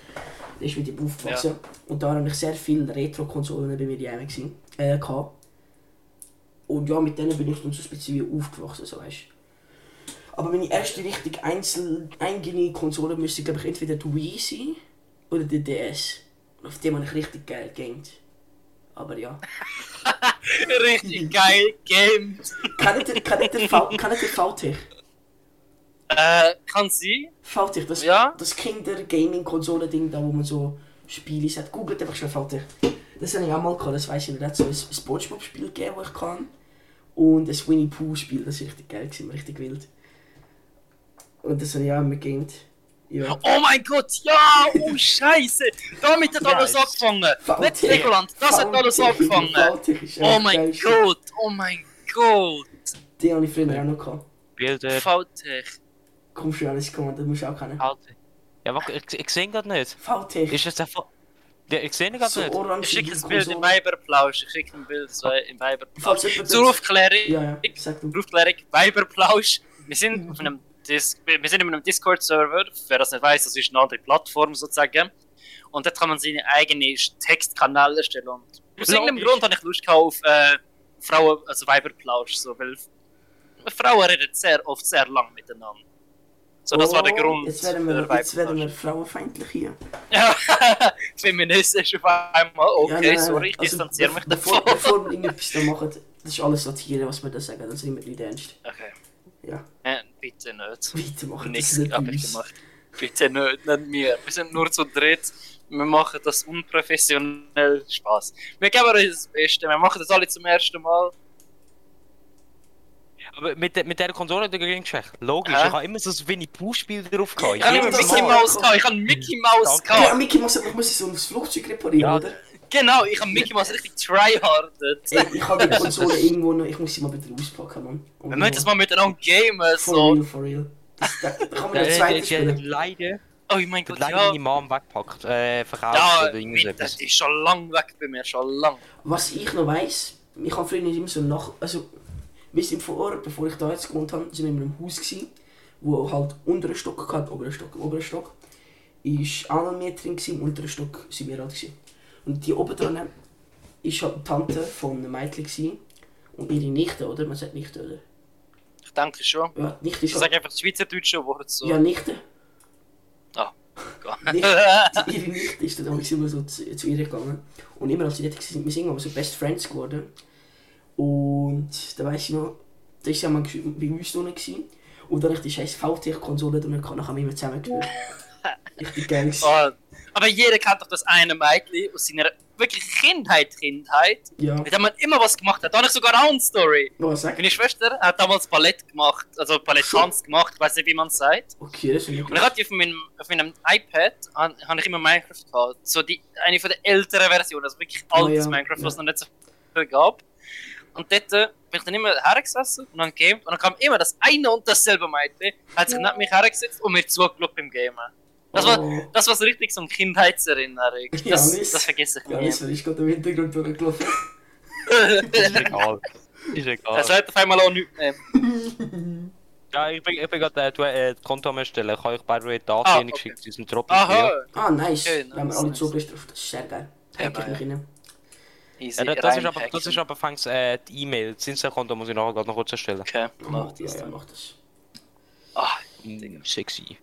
S2: Der ist mit ihm aufgewachsen. Und da habe ich sehr viele Retro-Konsolen bei mir daheim gewesen, äh, gehabt. Und ja, mit denen bin ich dann so speziell aufgewachsen, so weißt du. Aber meine erste richtig einzel eigene Konsole müsste, glaube ich, entweder die Wii sein oder die DS. Und auf dem habe ich richtig geil gamed. Aber ja.
S1: Richtig geil gamed.
S2: Kann ich den- kann ich den V- kann ich den VT?
S1: Äh, kann sein.
S2: VT, das,
S1: Ja?
S2: das Kinder-Gaming-Konsole-Ding da, wo man so Spiele sagt. Googelt einfach schon VT. Das habe ich auch mal gehabt, das weiß ich nicht. Es hat so ein Spongebob-Spiel gegeben, das ich kann. Und ein Winnie Pooh-Spiel, das war richtig geil, gewesen, richtig wild. Und das habe ich auch immer gegamed. Ja.
S1: Oh mein Gott, ja, oh Scheiße. Damit hat alles
S3: Nice.
S1: angefangen. Nicht
S2: VT.
S1: Legoland, das hat alles
S2: VT,
S1: angefangen.
S2: VT ist
S1: Oh
S2: echt
S1: mein
S2: geil gewesen.
S1: Gott, oh mein Gott.
S2: Die habe ich früher auch noch gehabt.
S3: Bilder.
S1: Faultech.
S2: Komm schon, alles komm, das musst du auch kennen.
S3: Alter. Ja, warte, ich, ich sehe gerade nicht.
S2: VT.
S3: Ist das der Fo Ja, ich sehe ihn
S2: So
S3: gerade nicht.
S1: Ich
S2: orange.
S1: schicke ein Bild im Weiberplausch. Ich schicke ein Bild so im Weiberplausch.
S2: Falls jemand
S1: Zur
S2: jetzt-
S1: Aufklärung.
S2: Ja, ja, sag du.
S1: Berufslehrerin, Weiberplausch. Wir sind auf einem Dis wir sind in einem Discord-Server, wer das nicht weiß, das ist eine andere Plattform sozusagen. Und dort kann man seine eigene Textkanäle erstellen. Und aus irgendeinem
S3: Logisch.
S1: Grund habe ich Lust gehabt auf äh, Frauen, also Weiberplausch, so, weil Frauen reden sehr oft sehr lang miteinander. So, das war der
S2: Oh,
S1: Grund äh,
S2: Jetzt werden wir,
S1: für
S2: jetzt werden wir
S1: Weiberplausch.
S2: frauenfeindlich hier.
S1: Ja, feministisch auf einmal, okay,
S2: nein, nein,
S1: sorry, ich
S2: also
S1: distanziere mich
S2: bev-
S1: davon.
S2: Bevor, bevor wir irgendetwas da machen, das ist alles Satire, was wir da sagen, das sind wir nicht ernst.
S1: Okay,
S2: Ja,
S1: äh, bitte nicht.
S2: weitermachen. das
S1: Nichts
S2: ist nicht
S1: habe ich
S2: uns.
S1: gemacht. Bitte nicht, nicht wir. Wir sind nur zu dritt. Wir machen das unprofessionell Spaß. Wir geben euch das Beste. Wir machen das alle zum ersten Mal.
S3: Aber mit, der- mit dieser Konsole hat er gegen geschenkt. Logisch,
S1: Hä?
S3: ich habe immer so ein Winnie Pooh-Spiel drauf gehabt.
S1: Ich habe
S2: Ja,
S1: einen
S3: Jedes
S2: das
S1: Mickey
S2: mal.
S3: Mal.
S1: Mouse gehabt. Ich habe einen Mickey Mouse
S2: Ja,
S1: gehabt.
S2: Mickey muss, ich muss so ein Flugzeug reparieren,
S3: Ja.
S2: oder?
S1: Genau, ich habe Mickey Mouse richtig tryhardet.
S2: Ey, ich habe die Konsole irgendwo noch, ich muss sie mal wieder auspacken, Mann. Oh,
S1: Wir müssen das mal miteinander gamen.
S2: For
S1: So.
S2: real, for real. Das, da, da kann man
S3: Äh,
S2: das
S3: der-
S2: zweite
S3: der- der
S2: spielen.
S3: Leider,
S1: Oh mein
S3: der
S1: Gott,
S3: leider
S1: ja.
S3: meine Mom weggepackt, äh, verkauft
S1: Ja, bitte,
S3: oder
S1: das
S3: irgendetwas.
S1: ist schon lang weg bei mir, schon lang.
S2: Was ich noch weiss, ich habe früher nicht immer so nach. Also, wir sind vorher, bevor ich da jetzt gewohnt habe, sind wir in einem Haus gewesen, wo halt unteren Stock gehabt, oberen Stock, oberen Stock. Ist auch noch mehr drin gewesen, im unteren Stock sind wir halt gewesen. Und die oben dran ist halt die Tante von einem Mädchen gewesen und ihre Nichte, oder? Man sagt Nichte, oder?
S1: Ich denke schon.
S2: Ja, die Nichte
S1: Ich
S2: ist halt,
S1: sage einfach das schweizerdeutsche Wort so.
S2: Ja, Nichte. Nichte.
S1: Ja.
S2: Die- ihre Nichte ist dann auch immer so zu, zu ihr gegangen. Und immer als sie dort waren, sind wir irgendwann so Best Friends geworden. Und da weiss ich noch, da war sie einmal gesch- bei uns drinnen. gewesen. Und dann habe ich die scheiß VT-Konsole drinnen gehabt, dann haben wir immer zusammen gespielt. Richtig geil. gewesen.
S1: Oh, aber jeder kennt doch das eine Mädchen aus seiner wirklich Kindheit, Kindheit.
S2: Ja.
S1: Mit dem man immer was gemacht hat. Da habe ich sogar auch eine Story.
S2: Was sag?
S1: Meine Schwester hat damals Ballett gemacht, also Balletttanz gemacht, ich weiß nicht, wie man es sagt.
S2: Okay, das ist
S1: Und ich
S2: wirklich.
S1: hatte auf meinem, auf meinem iPad han- habe ich immer Minecraft gehabt. So die, eine von der älteren Versionen, also wirklich
S2: Ah,
S1: altes
S2: ja,
S1: Minecraft, was es
S2: ja.
S1: noch nicht so viel gab. Und dort äh, bin ich dann immer hergesessen und dann gegamed. Und dann kam immer das eine und dasselbe Mädchen, hat sich neben mich hergesetzt und mir zugeschaut beim Gamen. Das war,
S2: Oh.
S1: das war so richtig so eine Kindheitserinnerung. Das,
S2: Ja, nice.
S1: das vergesse ich
S2: Ja,
S1: nie.
S2: weißt du, ist gerade im Hintergrund durchgelaufen.
S3: Ist egal. Ist egal.
S1: Das hat auf einmal auch nichts mehr.
S3: Ja, ich bin, ich bin gerade äh, du- äh, das Konto am erstellen. Ich habe euch beide Daten
S1: Ah,
S3: ah,
S1: okay.
S3: geschickt aus dem Drop.
S1: Aha!
S2: Ah, nice.
S1: Okay,
S2: Da haben wir
S1: nice,
S2: alle
S1: nice.
S2: Zugriff drauf. Das ist sehr geil.
S1: Ja,
S2: Hack ich mich rein.
S1: Easy,
S3: Ja, das, das, ist
S1: rein
S3: aber, das
S1: hacken.
S3: ist aber fängs, äh, die E-Mail. Das Insta-Konto muss ich nachher gerade noch kurz erstellen.
S1: Okay,
S3: Oh.
S1: mach
S2: Ja,
S1: das
S2: ja,
S1: dann.
S2: mach das.
S1: Ah,
S3: Mm, sexy.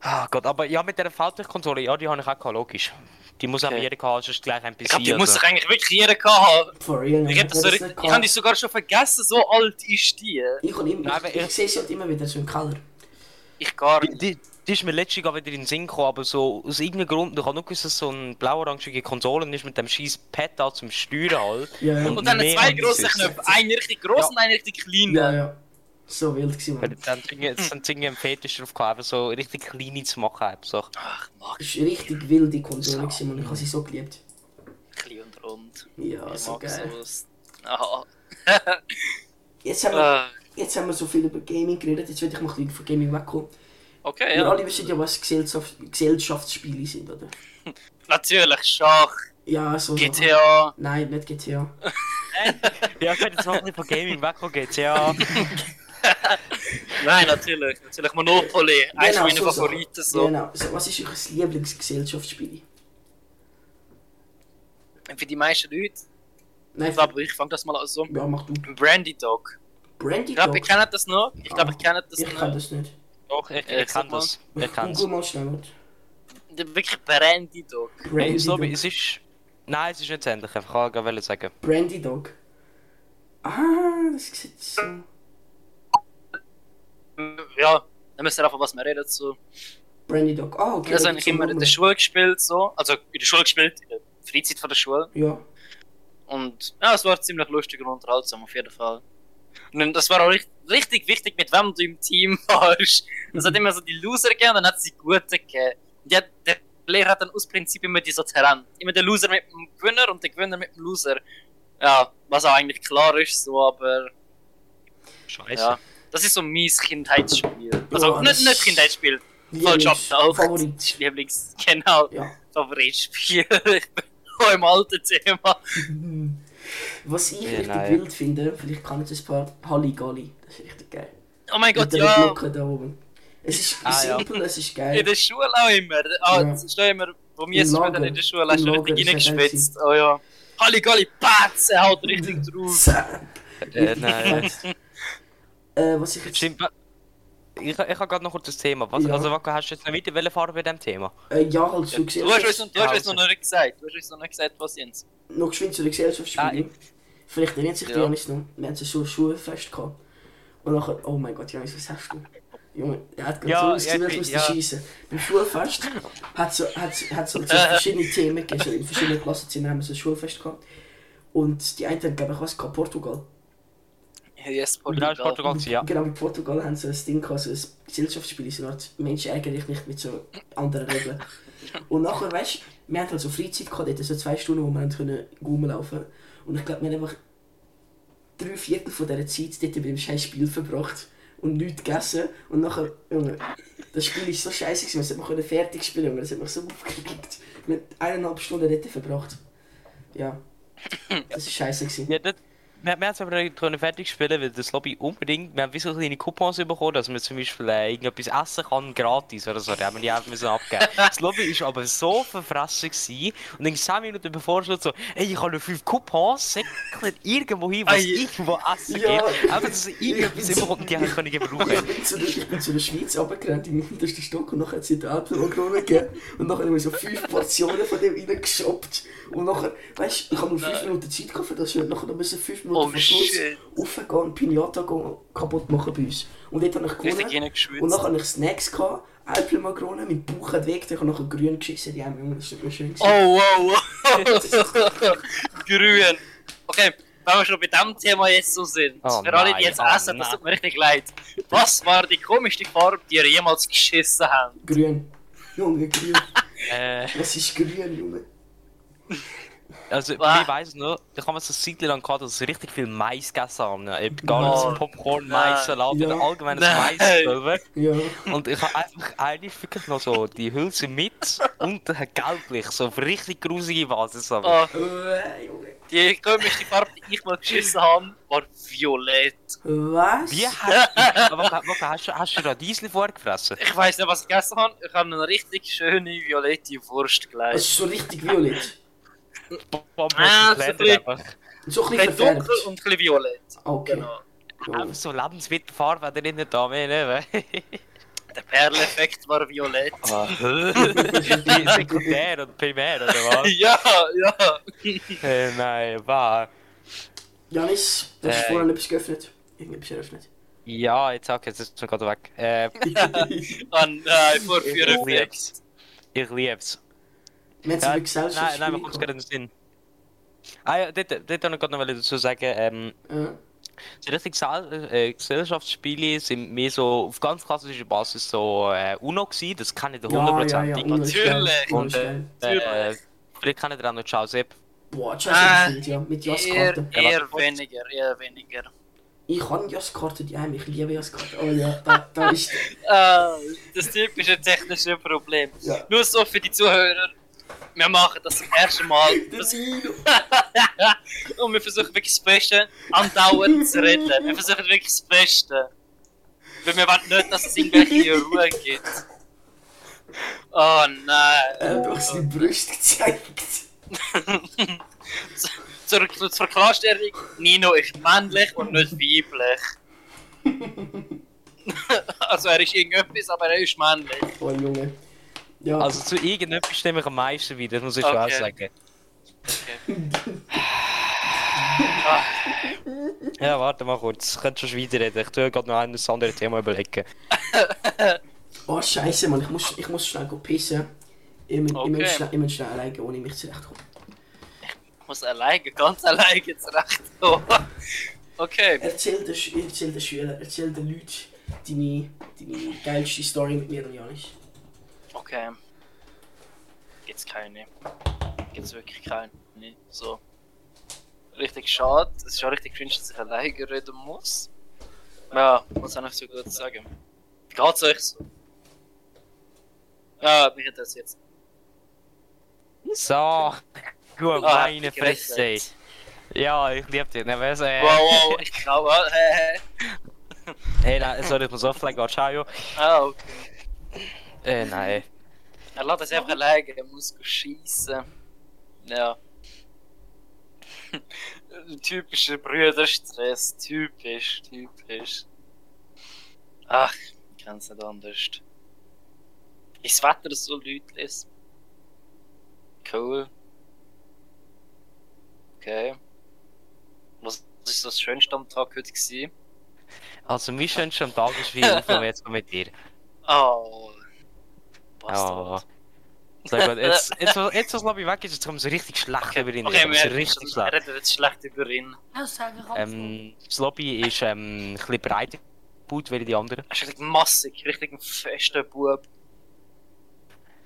S3: Ah Gott, aber ja, mit der Falter-Konsole, ja, die habe ich auch gehabt, logisch. Die muss aber
S1: Okay.
S3: jeder haben, sonst gleich ein
S1: Ich glaube,
S3: bisschen. also.
S1: die muss doch eigentlich wirklich jeder gehabt haben.
S2: For real.
S1: Ich, hab das so
S2: Wer das
S1: richtig,
S2: nicht
S1: ich habe
S2: kann-
S1: die sogar schon vergessen, so alt ist die.
S2: Ich, kann immer,
S3: Nein,
S2: ich,
S3: aber
S2: ich,
S3: ich-
S2: sehe sie halt immer wieder so im Keller.
S1: Ich gar
S3: die,
S1: nicht.
S3: die, die ist mir letztens auch wieder in den Sinn gekommen, aber so aus irgendeinem Grund, ich habe nur gewusst, dass so eine blau-orangige Konsole ist mit dem scheiß Pad da zum Steuern halt.
S2: Ja, ja.
S1: Und dann
S3: mehr
S1: zwei
S3: haben die
S1: große
S3: jetzt.
S1: Knöpfe, einen richtig groß
S3: Ja.
S1: und einen richtig kleinen.
S2: Ja, ja. So wild gewesen,
S3: Weil
S2: man.
S3: Dann hat irgendwie ein Fetisch drauf gehabt, einfach so richtig kleine zu machen. Einfach so.
S1: Ach, mag
S2: Das war richtig wilde Konsole, gewesen, man. Ich habe sie so geliebt.
S1: klein und rund.
S2: Ja,
S1: ich
S2: so
S1: mag
S2: geil.
S1: sowas. Aha.
S2: Jetzt haben, wir,
S1: Äh,
S2: jetzt haben wir so viel über Gaming geredet, jetzt will ich mal ein bisschen von Gaming wegkommen.
S1: okay,
S2: Wir
S1: ja.
S2: alle wissen ja, was Gesellschaft, Gesellschaftsspiele sind, oder?
S1: Natürlich, Schach,
S2: Ja, so. So.
S1: GTA.
S2: Nein, nicht GTA.
S3: Ja, ich bin jetzt noch ein bisschen von Gaming weggekommen, geht's ja.
S1: Nein, natürlich. Natürlich Monopoly. Eines
S2: Genau,
S1: meiner
S2: so Sachen.
S1: Favoriten. So.
S2: Genau. So, was ist euer Lieblingsgesellschaftsspiel? Genau.
S1: Für die meisten Leute.
S2: Nein,
S1: Aber ich fange das mal an so.
S2: ja, mach du.
S1: Brandy Dog.
S2: Brandy
S1: Ich glaube, ihr
S2: Dogs?
S1: kennt das noch. Ich glaube,
S2: Ah,
S1: ich kenne das
S2: Ich kann
S1: noch.
S2: das nicht.
S3: Doch, ich,
S1: Äh,
S3: ich kann
S1: sag mal.
S3: das. Ich
S2: Ich
S3: kann
S2: google mal schnell. warte.
S1: Wirklich Brandy Dog.
S2: Brandy
S3: es.
S2: Dog.
S3: Sorry, es ist. Nein, es ist nicht ähnlich, einfach kann ich gerade sagen.
S2: Brandy Dog. Ah, das sieht so.
S1: Ja, dann müssen wir einfach was mehr reden. So.
S2: Brandy Dog. Ah, okay.
S1: Das
S2: da
S1: habe ich
S2: gibt's
S1: immer
S2: auch
S1: in der
S2: noch.
S1: Schule gespielt. So. Also in der Schule gespielt, in der Freizeit von der Schule.
S2: Ja.
S1: Und ja, es war ziemlich lustig und unterhaltsam auf jeden Fall. Und dann- das war auch richtig, richtig wichtig, mit wem du im Team warst. Es hat immer so die Loser gegeben und dann hat es die Guten gegeben. Und die hat, der Lehrer hat dann aus Prinzip immer die so Terrain. Immer der Loser mit dem Gewinner und der Gewinner mit dem Loser. Ja, was auch eigentlich klar ist, so, aber
S3: Scheiße.
S1: ja. Das ist so mein Kindheitsspiel. Also
S2: Ja,
S1: nicht,
S2: das-
S1: nicht Kindheitsspiel, falsch
S2: Lieblings-
S1: abgetaucht.
S2: Favorit.
S1: Lieblings, genau,
S2: Ja.
S1: Favoritspiel. Ich bin auch im alten Thema.
S2: Was ich
S3: Ja,
S2: richtig
S3: nein.
S2: wild finde, vielleicht kann ich das ein paar Halligalli. Das ist richtig geil.
S1: Oh mein Gott,
S2: Mit der
S1: ja.
S2: Glocke da oben. Es ist
S3: Ah, ja.
S2: simpel, es ist
S1: In
S2: geil.
S1: der Schule auch immer. Ah,
S2: Ja.
S1: das ist auch immer, wo
S2: Im
S1: wir sind,
S2: Lager.
S1: dann in der Schule hast du
S2: Im Lager
S1: richtig
S2: ist er
S1: reingespitzt. Oh ja. Halligalli, Patze, haut richtig drauf.
S2: Zack.
S3: Äh,
S2: Richtig
S3: nein.
S2: fett. Äh, was ich jetzt.
S3: Stimmt, wa- ich, ich habe gerade noch kurz das Thema. Was,
S2: Ja.
S3: Also, Wacker, hast du jetzt noch weiterfahren bei diesem Thema?
S2: Äh, ja, halt
S1: Du hast
S2: so
S1: uns,
S2: Gesellschafts-
S1: du hast uns noch nicht gesagt. Du hast uns noch nicht gesagt, was Jens.
S2: Noch geschwind zu den
S3: Ah,
S2: Gesellschaftsspielen. Vielleicht erinnert sich
S1: Ja.
S2: der Janis noch. Wir hatten so ein Schulfest gehabt. Und nachher, oh mein Gott, Janis, was hast du? Junge, er hat gerade
S3: Ja,
S2: so ausgesehen,
S3: ja,
S2: als müsste
S3: ja.
S2: schießen. Beim Schulfest hat so, hat, so- hat so, so
S3: Äh.
S2: verschiedene Themen gegeben. So in verschiedenen Klassenzimmer haben wir so ein Schulfest gehabt. Und die einen haben, glaube ich, was gehabt, Portugal.
S1: Yes,
S3: Genau,
S1: Portugal.
S3: ist Portugal, gewesen, ja.
S2: Genau, mit Portugal haben sie ein Ding gehabt, so ein Gesellschaftsspiel, so eine Art Menschen ärgern dich nicht mit so anderen Regeln. Und nachher, weißt du, wir haben halt so Freizeit gehabt, dort, so zwei Stunden, wo wir haben können Gaumen laufen Und ich glaube, wir haben einfach drei Viertel von dieser Zeit dort bei dem scheiß Spiel verbracht und nichts gegessen. Und nachher, Junge, das Spiel ist so scheiße, gewesen, wir hätten können fertig spielen, Junge, das hat mich so aufgeregt. Wir haben eineinhalb Stunden dort verbracht. Ja. Das ist scheiße gewesen.
S3: Ja, das, wir, wir haben es aber nicht können fertig spielen, weil das Lobby unbedingt. Wir haben wie so kleine Coupons bekommen, dass man zum Beispiel äh, irgendetwas essen kann, gratis oder so. Da haben wir die einfach müssen abgeben. Das Lobby ist aber so verfressen gewesen. Und dann 10 Minuten bevor schon so, ey, ich habe noch 5 Coupons, säckelt irgendwo hin, was
S1: Ei.
S3: irgendwo essen
S2: Ah, Ja.
S3: gibt. Einfach, dass ich irgendetwas bekommt, die ich können gebrauchen.
S2: zu der, ich bin zu der Schweiz runtergerannt im untersten Stock und nachher hat sie den Alpenmakronen gegeben. Und nachher haben wir so fünf Portionen von dem reingeschoppt. Und nachher, weißt du, ich habe nur fünf Minuten Zeit gehabt für das. Und nachher noch müssen fünf Minuten
S1: Oh,
S2: vor Schluss
S1: shit.
S2: raufgehen und Pinata gehen, kaputt machen bei uns. Und dort habe ich
S1: Richtig
S2: gewonnen.
S1: hineingeschwitzt.
S2: Und nachher habe ich Snacks gehabt, Alpenmakronen, mein Bauch hat weg, ich habe nachher grün geschissen. Die haben mir das ist nicht mehr schön gewesen.
S1: Oh, wow, wow. Grün. Okay, wenn wir schon bei diesem Thema jetzt so sind.
S3: Oh
S1: für alle,
S3: nein,
S1: die jetzt
S3: oh
S1: essen, das
S3: nein.
S1: tut mir richtig leid. Was war die komischste Farbe, die ihr jemals geschissen habt?
S2: Grün. Junge, grün.
S3: Äh,
S2: Was ist grün, Junge?
S3: also, ich
S1: Ah.
S3: weiß nur, ich habe es eine Zeit lang gehabt, dass ich richtig viel Mais gegessen habe. Egal, ob
S1: Nein.
S3: es Popcorn, Mais, Salat
S2: Oh. Ah, Ja.
S3: oder allgemeines
S1: Nein.
S3: Mais.
S2: Ja.
S3: Und ich habe einfach eigentlich wirklich noch so die Hülse mit und dann gelblich, so auf richtig grusige Basis. Aber.
S1: Oh,
S2: Äh, Junge.
S1: die komischste Farbe, die ich mal geschissen habe, war violett.
S2: Was?
S3: Wie hast du, aber, aber, hast du, hast du Radiesli vorgefressen?
S1: Ich weiß nicht, was ich gegessen habe. Ich habe eine richtig schöne violette Wurst
S2: Es
S1: gleich.
S2: ist so richtig violett.
S3: Bomben
S1: Ah, so ein
S3: einfach.
S2: So ein bisschen
S1: Ein
S2: verfärbt.
S1: dunkel und ein bisschen violett.
S2: Ah, Okay.
S1: Genau.
S3: Einfach so Lebensmittelfarbe hat er nicht da mehr, ne?
S1: Der Perleffekt war violett.
S2: Ah.
S3: Wie Sekundär und Primär, oder was?
S1: Ja, ja.
S3: äh, nein, war.
S2: Janis, du hast
S3: Äh.
S2: vorhin etwas geöffnet. Irgendetwas eröffnet.
S3: Ja, jetzt sag jetzt ist es gerade weg. Äh,
S1: Ah nein, vor
S3: ich
S1: Feuereffekt.
S3: lieb's. Ich lieb's.
S2: Wir haben
S3: Ja,
S2: so ein Gesellschaftsspiel.
S3: nein, nein, wir kommen gerade in den Sinn. Ah ja, dort, dort wollte ich gerade noch dazu sagen, ähm,
S2: gerade.
S3: so richtig Gesell äh, Gesellschaftsspiele sind mehr so auf ganz klassischer Basis so äh, UNO gewesen, das kann ich dir
S2: Ja, ja, ja.
S3: hundertprozentig.
S2: Uno ist geil.
S1: Natürlich.
S2: Uno ist
S3: Und äh,
S2: geil.
S3: äh, vielleicht kann ich dir auch noch Ciao Sepp.
S2: Boah,
S1: Ah.
S2: Chelsea gespielt, ja. Mit
S1: Eher,
S2: Jaskarten.
S1: eher weniger, eher weniger.
S2: Ich habe Jaskarten, die haben. Ich liebe Jaskarten. Oh ja, da, da ist.
S1: Ah, das typische technische Problem.
S2: Ja.
S1: Nur so für die Zuhörer. Wir machen das zum ersten Mal.
S2: Der
S1: Das,
S2: Dino.
S1: und wir versuchen wirklich das Beste andauernd zu retten. Wir versuchen wirklich das Beste. Weil wir wollen nicht, dass es irgendwelche Ruhe gibt. Oh nein.
S2: Er hat doch seine Brüste gezeigt.
S1: Zur, zur, zur Klarstellung, Nino ist männlich und nicht weiblich. also er ist irgendetwas, aber er ist männlich.
S2: Oh Junge. Ja,
S3: Also zu irgendetwas stimme ich am meisten wieder, das muss ich
S1: Okay.
S3: schon auch sagen. ja, warte mal kurz, ich könnte schon weiterreden. Ich tue gerade noch ein anderes Thema überlegen.
S2: oh Scheiße, Mann. Ich muss, ich muss schnell gehen pissen. Ich muss ich muss
S1: Okay.
S2: schnell, ich muss schnell alleine, ohne mich zurechtkommen.
S1: Ich muss alleine, ganz alleine zurechtkommen. Okay.
S2: Erzähl den, Sch- erzähl den Schülern, erzähl den Leuten deine, deine geilste Story mit mir und Janis.
S1: Okay. Gibt's keine. Gibt's wirklich keine. So. Richtig schade. Es ist schon richtig cringe, dass ich alleine reden muss. Ja, was soll ich so gut sagen? Wie geht's euch so? Ja, mich interessiert jetzt.
S3: So, gut,
S1: Ah,
S3: meine
S1: hat mich
S3: Fresse. ey.
S1: gerettet.
S3: Ja, ich liebe dich, ne? weißt du, äh,
S1: Wow, wow, ich glaube. Äh, äh.
S3: Hey, nein, sorry, ich muss offline gehen, ciao.
S1: Ah, okay.
S3: Äh, nein.
S1: Er lässt es einfach alleine, er muss schießen. Ja. Typischer Brüderstress, typisch, typisch. Ach, ich kann es nicht anders. Ist das Wetter so läutlich? Cool. Okay. Was was ist das Schönste am Tag heute gewesen?
S3: Also, mein schönster Tag ist wie aufgenommen jetzt mit dir.
S1: Oh.
S3: Oh.
S1: Bastard.
S3: So gut, jetzt, jetzt, jetzt, jetzt was Lobby weg ist, jetzt kommen sie richtig schlecht über ihn.
S1: Okay,
S3: reden.
S1: wir
S3: sie richtig schlecht.
S1: reden jetzt schlecht über ihn.
S4: Aussagen
S3: Ähm, das Lobby ist ähm, ein bisschen breiter gebaut wie die anderen.
S1: Er ist richtig massig, richtig ein fester Bub.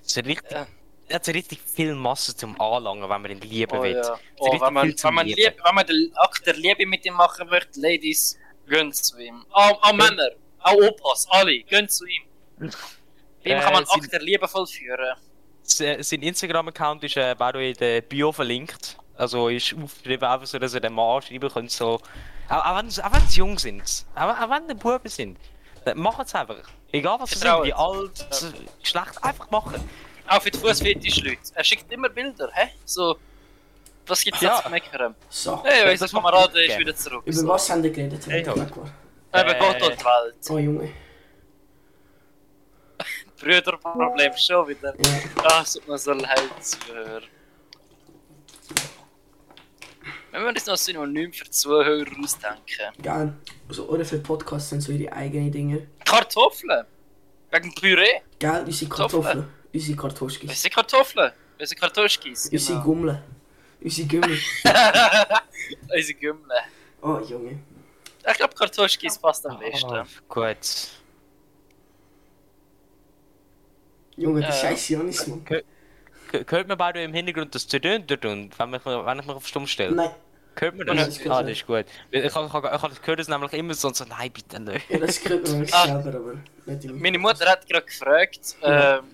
S3: Es ist richtig,
S1: Ja.
S3: er hat so richtig viel Masse zum Anlangen, wenn man ihn lieben
S1: Oh,
S3: will.
S1: ja.
S3: ist
S1: oh,
S3: richtig
S1: wenn man,
S3: viel zum
S1: wenn, man
S3: Lieben.
S1: lieb, wenn man den Akt der Liebe mit ihm machen möchte, Ladies, gönnt zu ihm. Auch, auch Männer, auch Opas, alle, gönnt zu ihm. Bei ihm
S3: Äh,
S1: kann man
S3: sind-
S1: Akt der Liebe vollführen.
S3: Se- äh, Sein Instagram-Account ist äh, by the way in der Bio verlinkt. Also ist aufgeschrieben, einfach so, dass ihr den Mann schreiben könnt. So. Auch, auch, wenn, sie- auch wenn sie jung sind, auch, auch wenn die Buben sind, dann machen es einfach. Egal was sie sind,
S1: Vertrauen.
S3: wie alt, schlecht, einfach machen.
S1: Auch für die Fußfetisch-Leute. Er schickt immer Bilder, hä? So, was gibt's
S3: Ja.
S1: da zu meckern?
S2: So.
S1: Hey,
S3: das
S1: unser
S3: macht
S1: Kamerad
S3: mich
S1: ist
S3: gerne.
S1: wieder zurück.
S2: Über was haben wir geredet?
S3: Hey,
S2: Warte, warte, warte.
S1: Eben
S3: Äh.
S1: Gott und die Welt.
S2: Oh Junge.
S1: Brüderproblem, schon wieder.
S2: Ja.
S1: Ah, es tut mir so leid zu hören. Wenn wir uns noch ein Synonym für Zuhörer ausdenken.
S2: Geil. So, oder für Podcasts sind so ihre eigenen Dinge.
S1: Kartoffeln! Wegen Püree?
S2: Geil, unsere Kartoffeln.
S1: äh.
S2: Unsere Kartoschkis.
S1: Unsere Kartoffeln! Unsere Kartoschkis!
S2: Unsere
S1: Genau.
S2: Gummeln. Unsere Gummeln.
S1: Unsere Gümmel.
S2: Oh Junge.
S1: Ich glaube, Kartoschkis passt am
S3: Ah,
S1: besten.
S3: gut.
S2: Junge, der
S1: Ja.
S2: scheiß Janis, Mann.
S3: K- Hört man beide im Hintergrund das Tödön tödön, wenn, ich- wenn ich mich auf Stumm stelle?
S2: Nein,
S3: Hört man
S1: Nein,
S3: das?
S2: das
S3: ah, das ist gut. Ich, ich, ich, ich, ich höre das nämlich immer so, und so nein, bitte nicht.
S2: ja, das gehört man nicht
S1: Ah.
S2: selber, aber nicht immer.
S1: Meine Mutter hat gerade gefragt,
S2: Ja.
S1: ähm,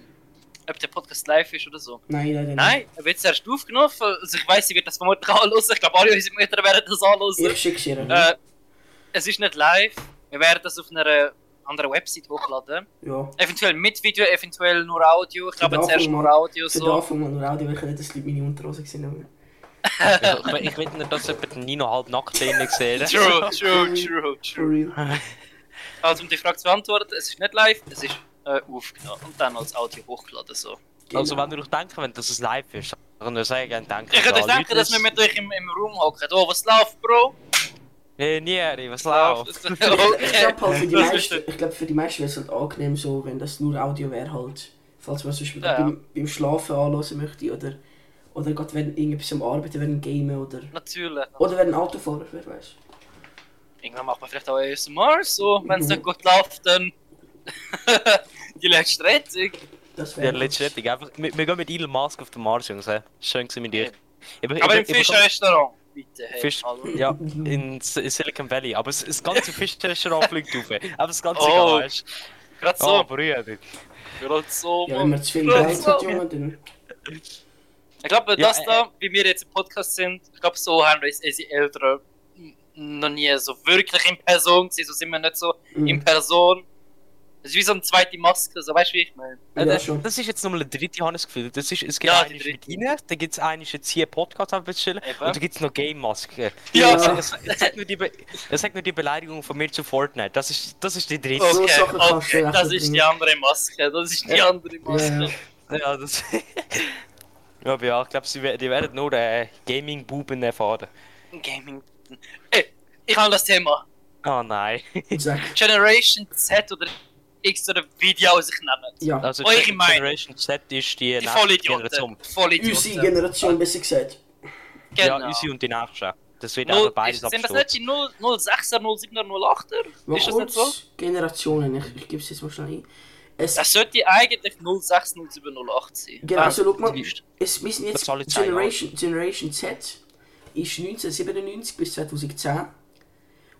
S1: ob der Podcast live ist oder so.
S2: Nein, nein, nein.
S1: Nein, er wird erst aufgenommen. Also ich weiß, sie wird das vermutlich anhören. Ich glaube, alle unsere Mütter werden das anhören.
S2: Ich schick's ihr.
S1: Äh, es ist nicht live. Wir werden das auf einer anderen Website hochladen.
S2: ja.
S1: Eventuell mit Video, eventuell nur Audio. Ich glaube,
S2: Für den
S1: zuerst
S2: Anfang
S1: nur Audio.
S2: Für den
S1: So.
S2: Anfang, Mann, und Audi, weil ich nicht, dass die Leute meine Unterhose gesehen haben.
S3: Ich, ich, ich will nicht, dass jemand den Nino halb nackt drinnen sieht.
S1: True, true, true,
S2: For
S1: true.
S2: real.
S1: Also, um die Frage zu beantworten, es ist nicht live, es ist äh, aufgenommen und dann als Audio hochgeladen. So.
S2: Genau.
S3: Also wenn ihr euch denken wollt, dass es live ist, dann könnt ihr sagen, denken.
S1: Ich würde euch denken, dass wir mit euch im, im Raum hocken. Oh, was läuft, Bro?
S3: Hey, Nieri, was läuft?
S1: Läuft.
S2: Ich
S1: Okay.
S2: glaube halt für die
S1: Das ist
S2: meisten,
S1: der-
S2: ich glaub, für die meisten wäre es halt angenehm so, wenn das nur Audio wäre halt. Falls man sonst
S1: Ja, ja.
S2: beim, beim Schlafen anhören möchte oder oder gerade wenn irgendetwas am Arbeiten, wenn Gamen oder
S1: Natürlich.
S2: oder wenn ein Autofahrer, wer weiß.
S1: Irgendwann macht man vielleicht auch ASMR, so, wenn es
S2: Mhm.
S1: nicht gut läuft, dann die letzte Rettung.
S2: Das
S3: Ja,
S2: wäre
S3: letztes Rettung. Einfach, wir, wir gehen mit Elon Musk auf den Mars, Jungs. hä? Schön gewesen mit dir. Ich- ich-
S1: Aber im
S3: ich- ich-
S1: Fischrestaurant, bitte. Hey,
S3: Fisch,
S1: hallo.
S3: ja, in S- in Silicon Valley. Aber das- das ganze Fischrestaurant fliegt rauf. Aber das ganze
S1: Oh,
S3: oh, weißt
S1: Gerade
S3: du? Oh,
S1: so.
S3: Brüder.
S1: Gerade so.
S2: Ja, wenn man
S1: Mann.
S2: zu viel
S1: Ja,
S2: Geld
S1: so.
S2: hat, Junge, dann
S1: Ich glaube,
S3: Ja,
S1: das
S3: äh,
S1: da, wie wir jetzt im Podcast sind, ich glaube, so haben wir unsere Eltern n- noch nie so wirklich in Person gesehen, so sind wir nicht so in
S2: mm,
S1: Person. Das ist wie so eine zweite Maske, so weißt du, wie ich meine?
S3: Äh,
S2: ja
S3: das-
S2: schon.
S3: Das ist jetzt nochmal eine dritte, habe ich das Gefühl. Das ist, es gibt
S1: Ja,
S3: eine
S1: die
S3: mit Ihnen, dann gibt es eine jetzt hier Podcast auf chillen
S1: Eben.
S3: und dann gibt es noch Game Mask. Ja,
S1: Ja.
S3: Es, es, es, hat nur die Be es hat nur die Beleidigung von mir zu Fortnite. Das ist, das ist die dritte.
S2: so
S1: Okay,
S2: Sachen kannst du
S1: okay,
S2: echt
S1: das
S2: nicht
S1: ist die
S2: bringen.
S1: andere Maske, das ist die
S2: Ja.
S1: andere Maske.
S2: ja.
S3: Ja, das. ja, aber ja, ich glaube, sie we- die werden nur äh, Gaming-Buben erfahren.
S1: Gaming. Ey, ich habe das Thema.
S3: Oh nein.
S2: Sag,
S1: Generation Z oder X oder wie die auch sich nennen.
S2: ja.
S3: Also,
S1: Eure
S3: Gen-
S1: Meinung.
S3: Generation Z ist die,
S1: Die
S3: nächste
S1: Vollidioten.
S2: Unsere
S1: Vollidioten.
S2: Generation, besser gesagt.
S1: Genau.
S3: Ja, unsere und die nächste. Das wird
S1: Null,
S3: einfach beides
S1: ist, sind das
S3: abstürzen.
S1: nicht die 0, 06er, 07er, 08er?
S2: Mal
S1: Ist das nicht
S2: kurz
S1: so?
S2: Generationen, ich, ich gebe es jetzt mal schnell ein. Es,
S1: Das sollte eigentlich 06, 07, 08 sein. Ah,
S2: Genau,
S1: Wenn
S2: also schau mal,
S1: du bist.
S2: es, wir sind
S3: Das
S2: jetzt
S3: ist alle zwei
S2: Generation, Generation Z ist 1997 bis 2010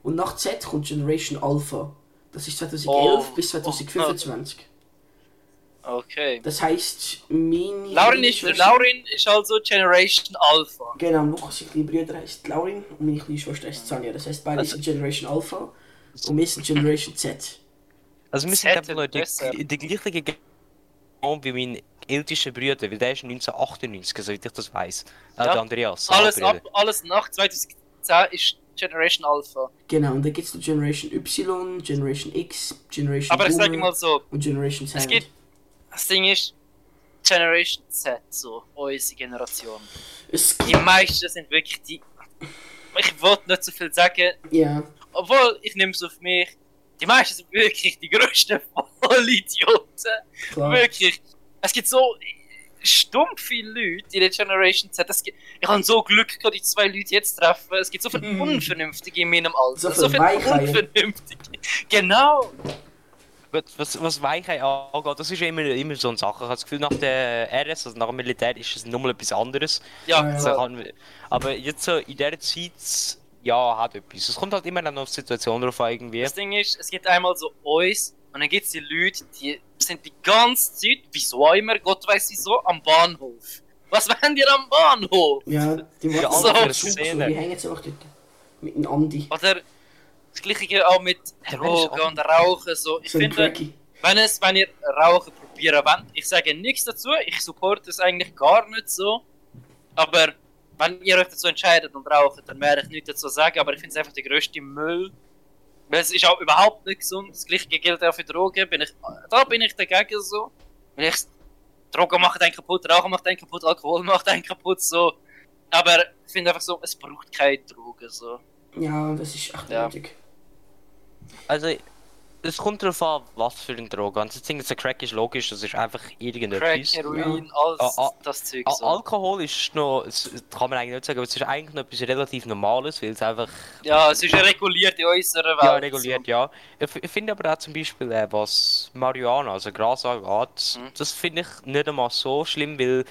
S2: und nach Z kommt Generation Alpha. Das ist 2011
S1: Oh,
S2: bis
S1: oh,
S2: 2025.
S1: Okay.
S2: Das heisst, meine...
S1: Laurin ist,
S2: Schwester-
S1: Laurin ist also Generation Alpha.
S2: Genau, Lukas, sein kleiner Bruder heisst Laurin und meine kleine Schwester heisst Sanja. Das heisst, beide
S3: Also-
S2: sind Generation Alpha und wir sind Generation Z.
S3: Also wir
S1: Das
S3: sind
S1: hätte
S3: einfach noch
S1: besser.
S3: die, die gleiche Generation wie mein ältester Bruder, weil der ist 1998, soweit ich das weiß. Äh,
S1: Ja.
S3: der Andreas. sein
S1: Alles,
S3: Bruder.
S1: ab, alles nach 2010 ist Generation Alpha.
S2: Genau, und dann gibt es noch Generation Y, Generation X, Generation
S1: Aber ich sage
S2: Boomer
S1: mal so,
S2: und Generation Z.
S1: Es gibt- das Ding ist Generation Z, so unsere Generation.
S2: Es-
S1: Die meisten sind wirklich die... Ich wollte nicht so viel sagen,
S2: ja.
S1: obwohl ich nehme es auf mich. Die meisten sind wirklich die größten Vollidioten.
S2: Klar.
S1: Wirklich. Es gibt so stumpf viele Leute in der Generation Z. Es gibt, ich habe so Glück gehabt, die zwei Leute jetzt treffen. Es gibt so viele
S2: Mhm.
S1: Unvernünftige in meinem Alter.
S2: So
S1: So viele
S2: viele Weicheier.
S1: Unvernünftige. Genau.
S3: Was, was, was Weichheit angeht, das ist ja immer, immer so eine Sache. Ich habe das Gefühl, nach der RS, also nach dem Militär, ist es nochmal etwas anderes.
S1: Ja,
S2: Ja,
S1: ja.
S3: Also kann, aber jetzt so in dieser Zeit, ja, hat etwas. Es kommt halt immer dann auf die Situation drauf an, irgendwie.
S1: Das Ding ist, es gibt einmal so uns und dann gibt es die Leute, die sind die ganze Zeit, wieso auch immer, Gott weiß wieso, am Bahnhof. Was wollen die am Bahnhof?
S2: Ja, die machen
S3: Ja,
S2: so
S1: andere
S2: Zug, so.
S3: Szene.
S2: Die hängen jetzt einfach dort. Mit einem Andi.
S1: Oder das gleiche auch mit Drogen und Rauchen. So. Ich
S2: So ein
S1: finde,
S2: Cracky.
S1: wenn, es, wenn ihr Rauchen probieren wollt, ich sage nichts dazu, ich supporte es eigentlich gar nicht so. Aber wenn ihr euch dazu entscheidet und raucht, dann werde ich nichts dazu sagen, aber ich finde es einfach der grösste Müll. Weil es ist auch überhaupt nicht gesund. Das gleiche gilt auch für Drogen. Bin ich, da bin ich dagegen so. Weil ich, Drogen machen einen kaputt, Rauchen macht einen kaputt, Alkohol macht einen kaputt, so. Aber ich finde einfach so, es braucht keine Drogen, so.
S2: Ja, das ist echt
S1: Ja.
S2: nötig.
S3: Also, es kommt darauf an, was für ein Drogen. Wenn es jetzt irgendein Crack ist, logisch, das ist einfach
S1: Crack,
S3: irgendetwas.
S1: Heroin, alles
S3: Ah, ah,
S1: das Zeug,
S3: Al
S1: so.
S3: Alkohol ist noch, es- es kann man eigentlich nicht sagen, aber es ist eigentlich noch etwas relativ Normales, weil es einfach
S1: Ja, es ist reguliert in unserer Welt.
S3: ja, reguliert,
S1: So.
S3: ja. Ich f- ich finde aber auch zum Beispiel, äh, was Marihuana, also Gras angeht,
S1: Mhm.
S3: das finde ich nicht einmal so schlimm, weil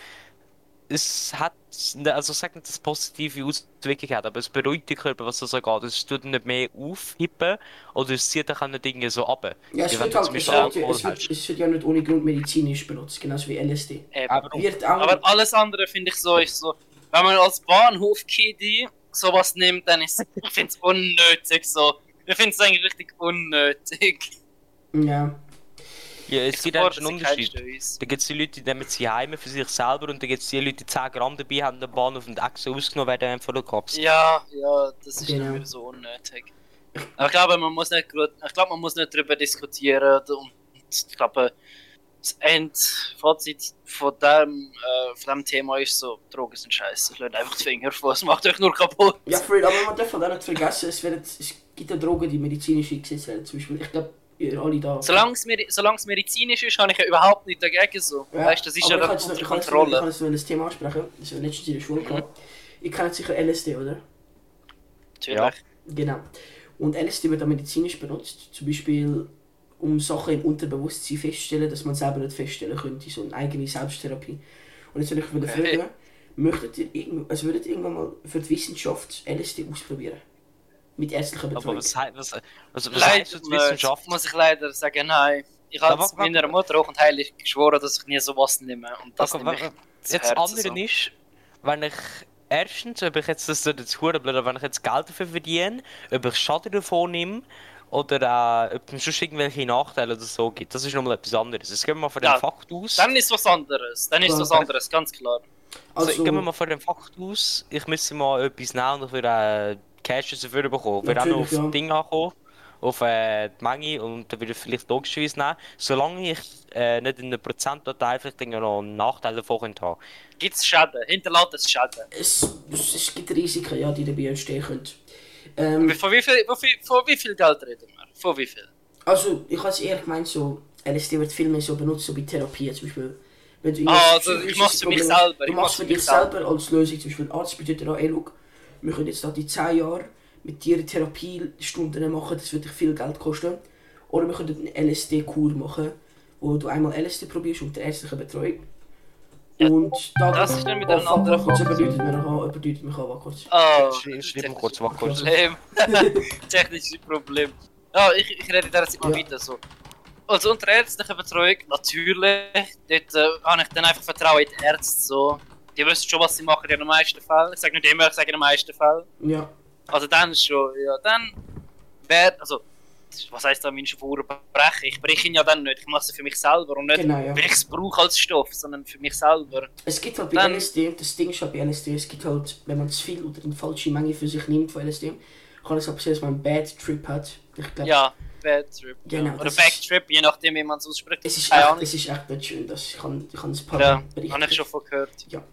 S3: es hat, ne- also ich sage nicht, dass es positive Auswirkungen hat, aber es beruhigt den Körper, was das angeht. Es tut ihn nicht mehr aufhippen oder es zieht auch nicht Dinge so ab.
S2: Ja, es
S3: Wie
S2: wird
S3: wenn du
S2: halt,
S3: zum
S2: es
S3: Beispiel
S2: wird,
S3: Alkohol
S2: es, wird,
S3: hast.
S2: es wird ja nicht ohne Grund medizinisch benutzt, genauso wie LSD.
S1: Eben.
S3: Aber
S2: Wird auch.
S1: Aber alles andere finde ich so, ist so, wenn man als Bahnhof-Kiddy sowas nimmt, dann ist ich finde es unnötig so. Ich finde es eigentlich richtig unnötig.
S2: ja.
S3: ja, es
S1: Ich
S3: gibt
S1: supporte
S3: einfach einen
S1: sie keinen
S3: Unterschied.
S1: Scheiss.
S3: Da gibt es die Leute, die nehmen sie heim für sich selber und da gibt es die Leute, die 10 Gramm dabei haben, den Bahnhof und extra ausgenommen werden haben von der Cops.
S1: Ja, ja, das ist
S2: Genau.
S1: dann wieder so unnötig. Aber ich glaube, man muss nicht, grad- ich glaube, man muss nicht darüber diskutieren und ich glaube, das Endfazit von dem, äh, von dem Thema ist so, Drogen sind scheiße, lasst einfach die Finger vor, es macht euch nur kaputt.
S2: Ja, Fred, aber man darf halt auch nicht vergessen, es, werden, es gibt ja Drogen, die medizinisch eingesetzt werden. Zum Beispiel, ich glaube, ihr alle da.
S1: Solange es, medi- solange es medizinisch ist, habe ich ja überhaupt nichts dagegen. So.
S2: Ja,
S1: weißt, das ist ja
S2: aber
S1: dann
S2: ich kann jetzt-
S1: unter
S2: ich kann jetzt- Ich
S1: Kontrolle. Mhm.
S2: kann jetzt nur ein Thema ansprechen, das wir letztens in der Schule gehabt. Ich kann jetzt sicher LSD, oder?
S1: Natürlich.
S2: Genau. Und LSD wird auch medizinisch benutzt, zum Beispiel um Sachen im Unterbewusstsein festzustellen, dass man selber nicht feststellen könnte, so eine eigene Selbsttherapie. Und jetzt würde ich wieder
S1: Okay.
S2: fragen, möchtet ihr, irgend- also würdet ihr irgendwann mal für die Wissenschaft LSD ausprobieren? Mit ärztlicher
S3: Aber
S2: Betreuung?
S3: was, hei- was, was, was heißt
S1: Leider
S3: das
S1: nicht,
S3: Wissenschaft?
S1: muss ich leider sagen, nein. Ich
S3: Aber
S1: habe
S3: warte,
S1: meiner
S3: warte.
S1: Mutter hoch und heilig geschworen, dass ich nie sowas nehme. Und das
S3: Okay,
S1: nehme
S3: wa-
S1: ich
S3: wa-
S1: zu
S3: Jetzt
S1: Herzen,
S3: andere
S1: so.
S3: ist, wenn ich erstens, ob ich jetzt das so dazu blöd, aber wenn ich jetzt Geld dafür verdiene, ob ich Schaden davon nehme oder äh, ob es sonst irgendwelche Nachteile oder so gibt, das ist nochmal etwas anderes. Jetzt gehen wir mal von
S1: Ja,
S3: dem Fakt aus.
S1: Dann ist was anderes. Dann ist
S2: Klar.
S1: was anderes, ganz klar.
S3: also,
S2: Also,
S3: gehen wir mal von dem Fakt aus, ich müsste mal etwas nehmen und ich würde äh, Cash dafür bekommen. Ich würde auch noch auf
S2: Natürlich, ja.
S3: das Ding ankommen, auf äh, die Menge und dann würde ich vielleicht logischerweise nehmen, solange ich äh, nicht in einen Prozentanteil vielleicht irgendwie noch einen Nachteil davon könnte haben.
S1: Gibt es Schäden? Hinterlässt es Schäden?
S2: es, es, es gibt Risiken, ja, die dabei entstehen können. Ähm,
S1: Von wie viel, von wie, von wie viel Geld reden wir? Von wie viel?
S2: also, ich habe es eher gemeint, so, LSD wird viel mehr so benutzt, so bei Therapie zum Beispiel. Wenn du
S1: Ah,
S2: irgendwelche
S1: also, ich
S2: psychische
S1: mach's für mich
S2: Probleme-
S1: selber, ich
S2: Du machst
S1: mach's
S2: für
S1: für
S2: dich
S1: mich selber.
S2: selber als Lösung. Zum Beispiel, ein Arzt bedeutet auch, ey, look, wir können jetzt da die 10 Jahre mit dir Therapiestunden machen, das wird dich viel Geld kosten. Oder wir können eine LSD-Kur machen, wo du einmal LSD probierst unter ärztlicher Betreuung.
S1: Ja,
S2: Und da
S1: das ist dann wieder
S2: Oh,
S1: ein
S2: fuck,
S1: anderer
S2: warte kurz,
S1: Fokus.
S2: jemand läutet mich an, jemand läutet mich an, warte kurz.
S1: Oh,
S3: Schri- Schreib mir kurz, warte kurz.
S1: Problem. Technische Problem. Ja, ich, ich rede daar jetzt immer
S2: Ja.
S1: weiter so. Also unter ärztlicher Betreuung, natürlich, dort äh, habe ich dann einfach Vertrauen in die Ärzte. So. Die wissen schon, was sie machen in den meisten Fällen. Ich sage nicht immer, ich sage in den meisten Fällen.
S2: Ja.
S1: Also dann schon, ja, dann wer, also, was heisst da, meine Spuren brechen? Ich breche ihn ja dann nicht, ich mache es für mich selber und nicht,
S2: Genau, ja.
S1: weil ich es brauche als Stoff, sondern für mich selber.
S2: Es gibt halt bei
S1: Dann-
S2: LSD, das Ding ist halt bei LSD, es gibt halt, wenn man zu viel oder eine falsche Menge für sich nimmt von LSD, kann es auch passieren, dass man einen Bad Trip hat. Ich glaube,
S1: Ja, Bad Trip.
S2: Genau,
S1: Oder
S2: das
S1: Backtrip, je nachdem, wie man es ausspricht.
S2: es ist,
S1: Keine
S2: echt,
S1: Ahnung.
S2: es ist echt nicht schön, das ich kann, ich kann es paar
S1: Ja,
S2: berichten.
S1: habe ich schon von gehört.
S3: Ja.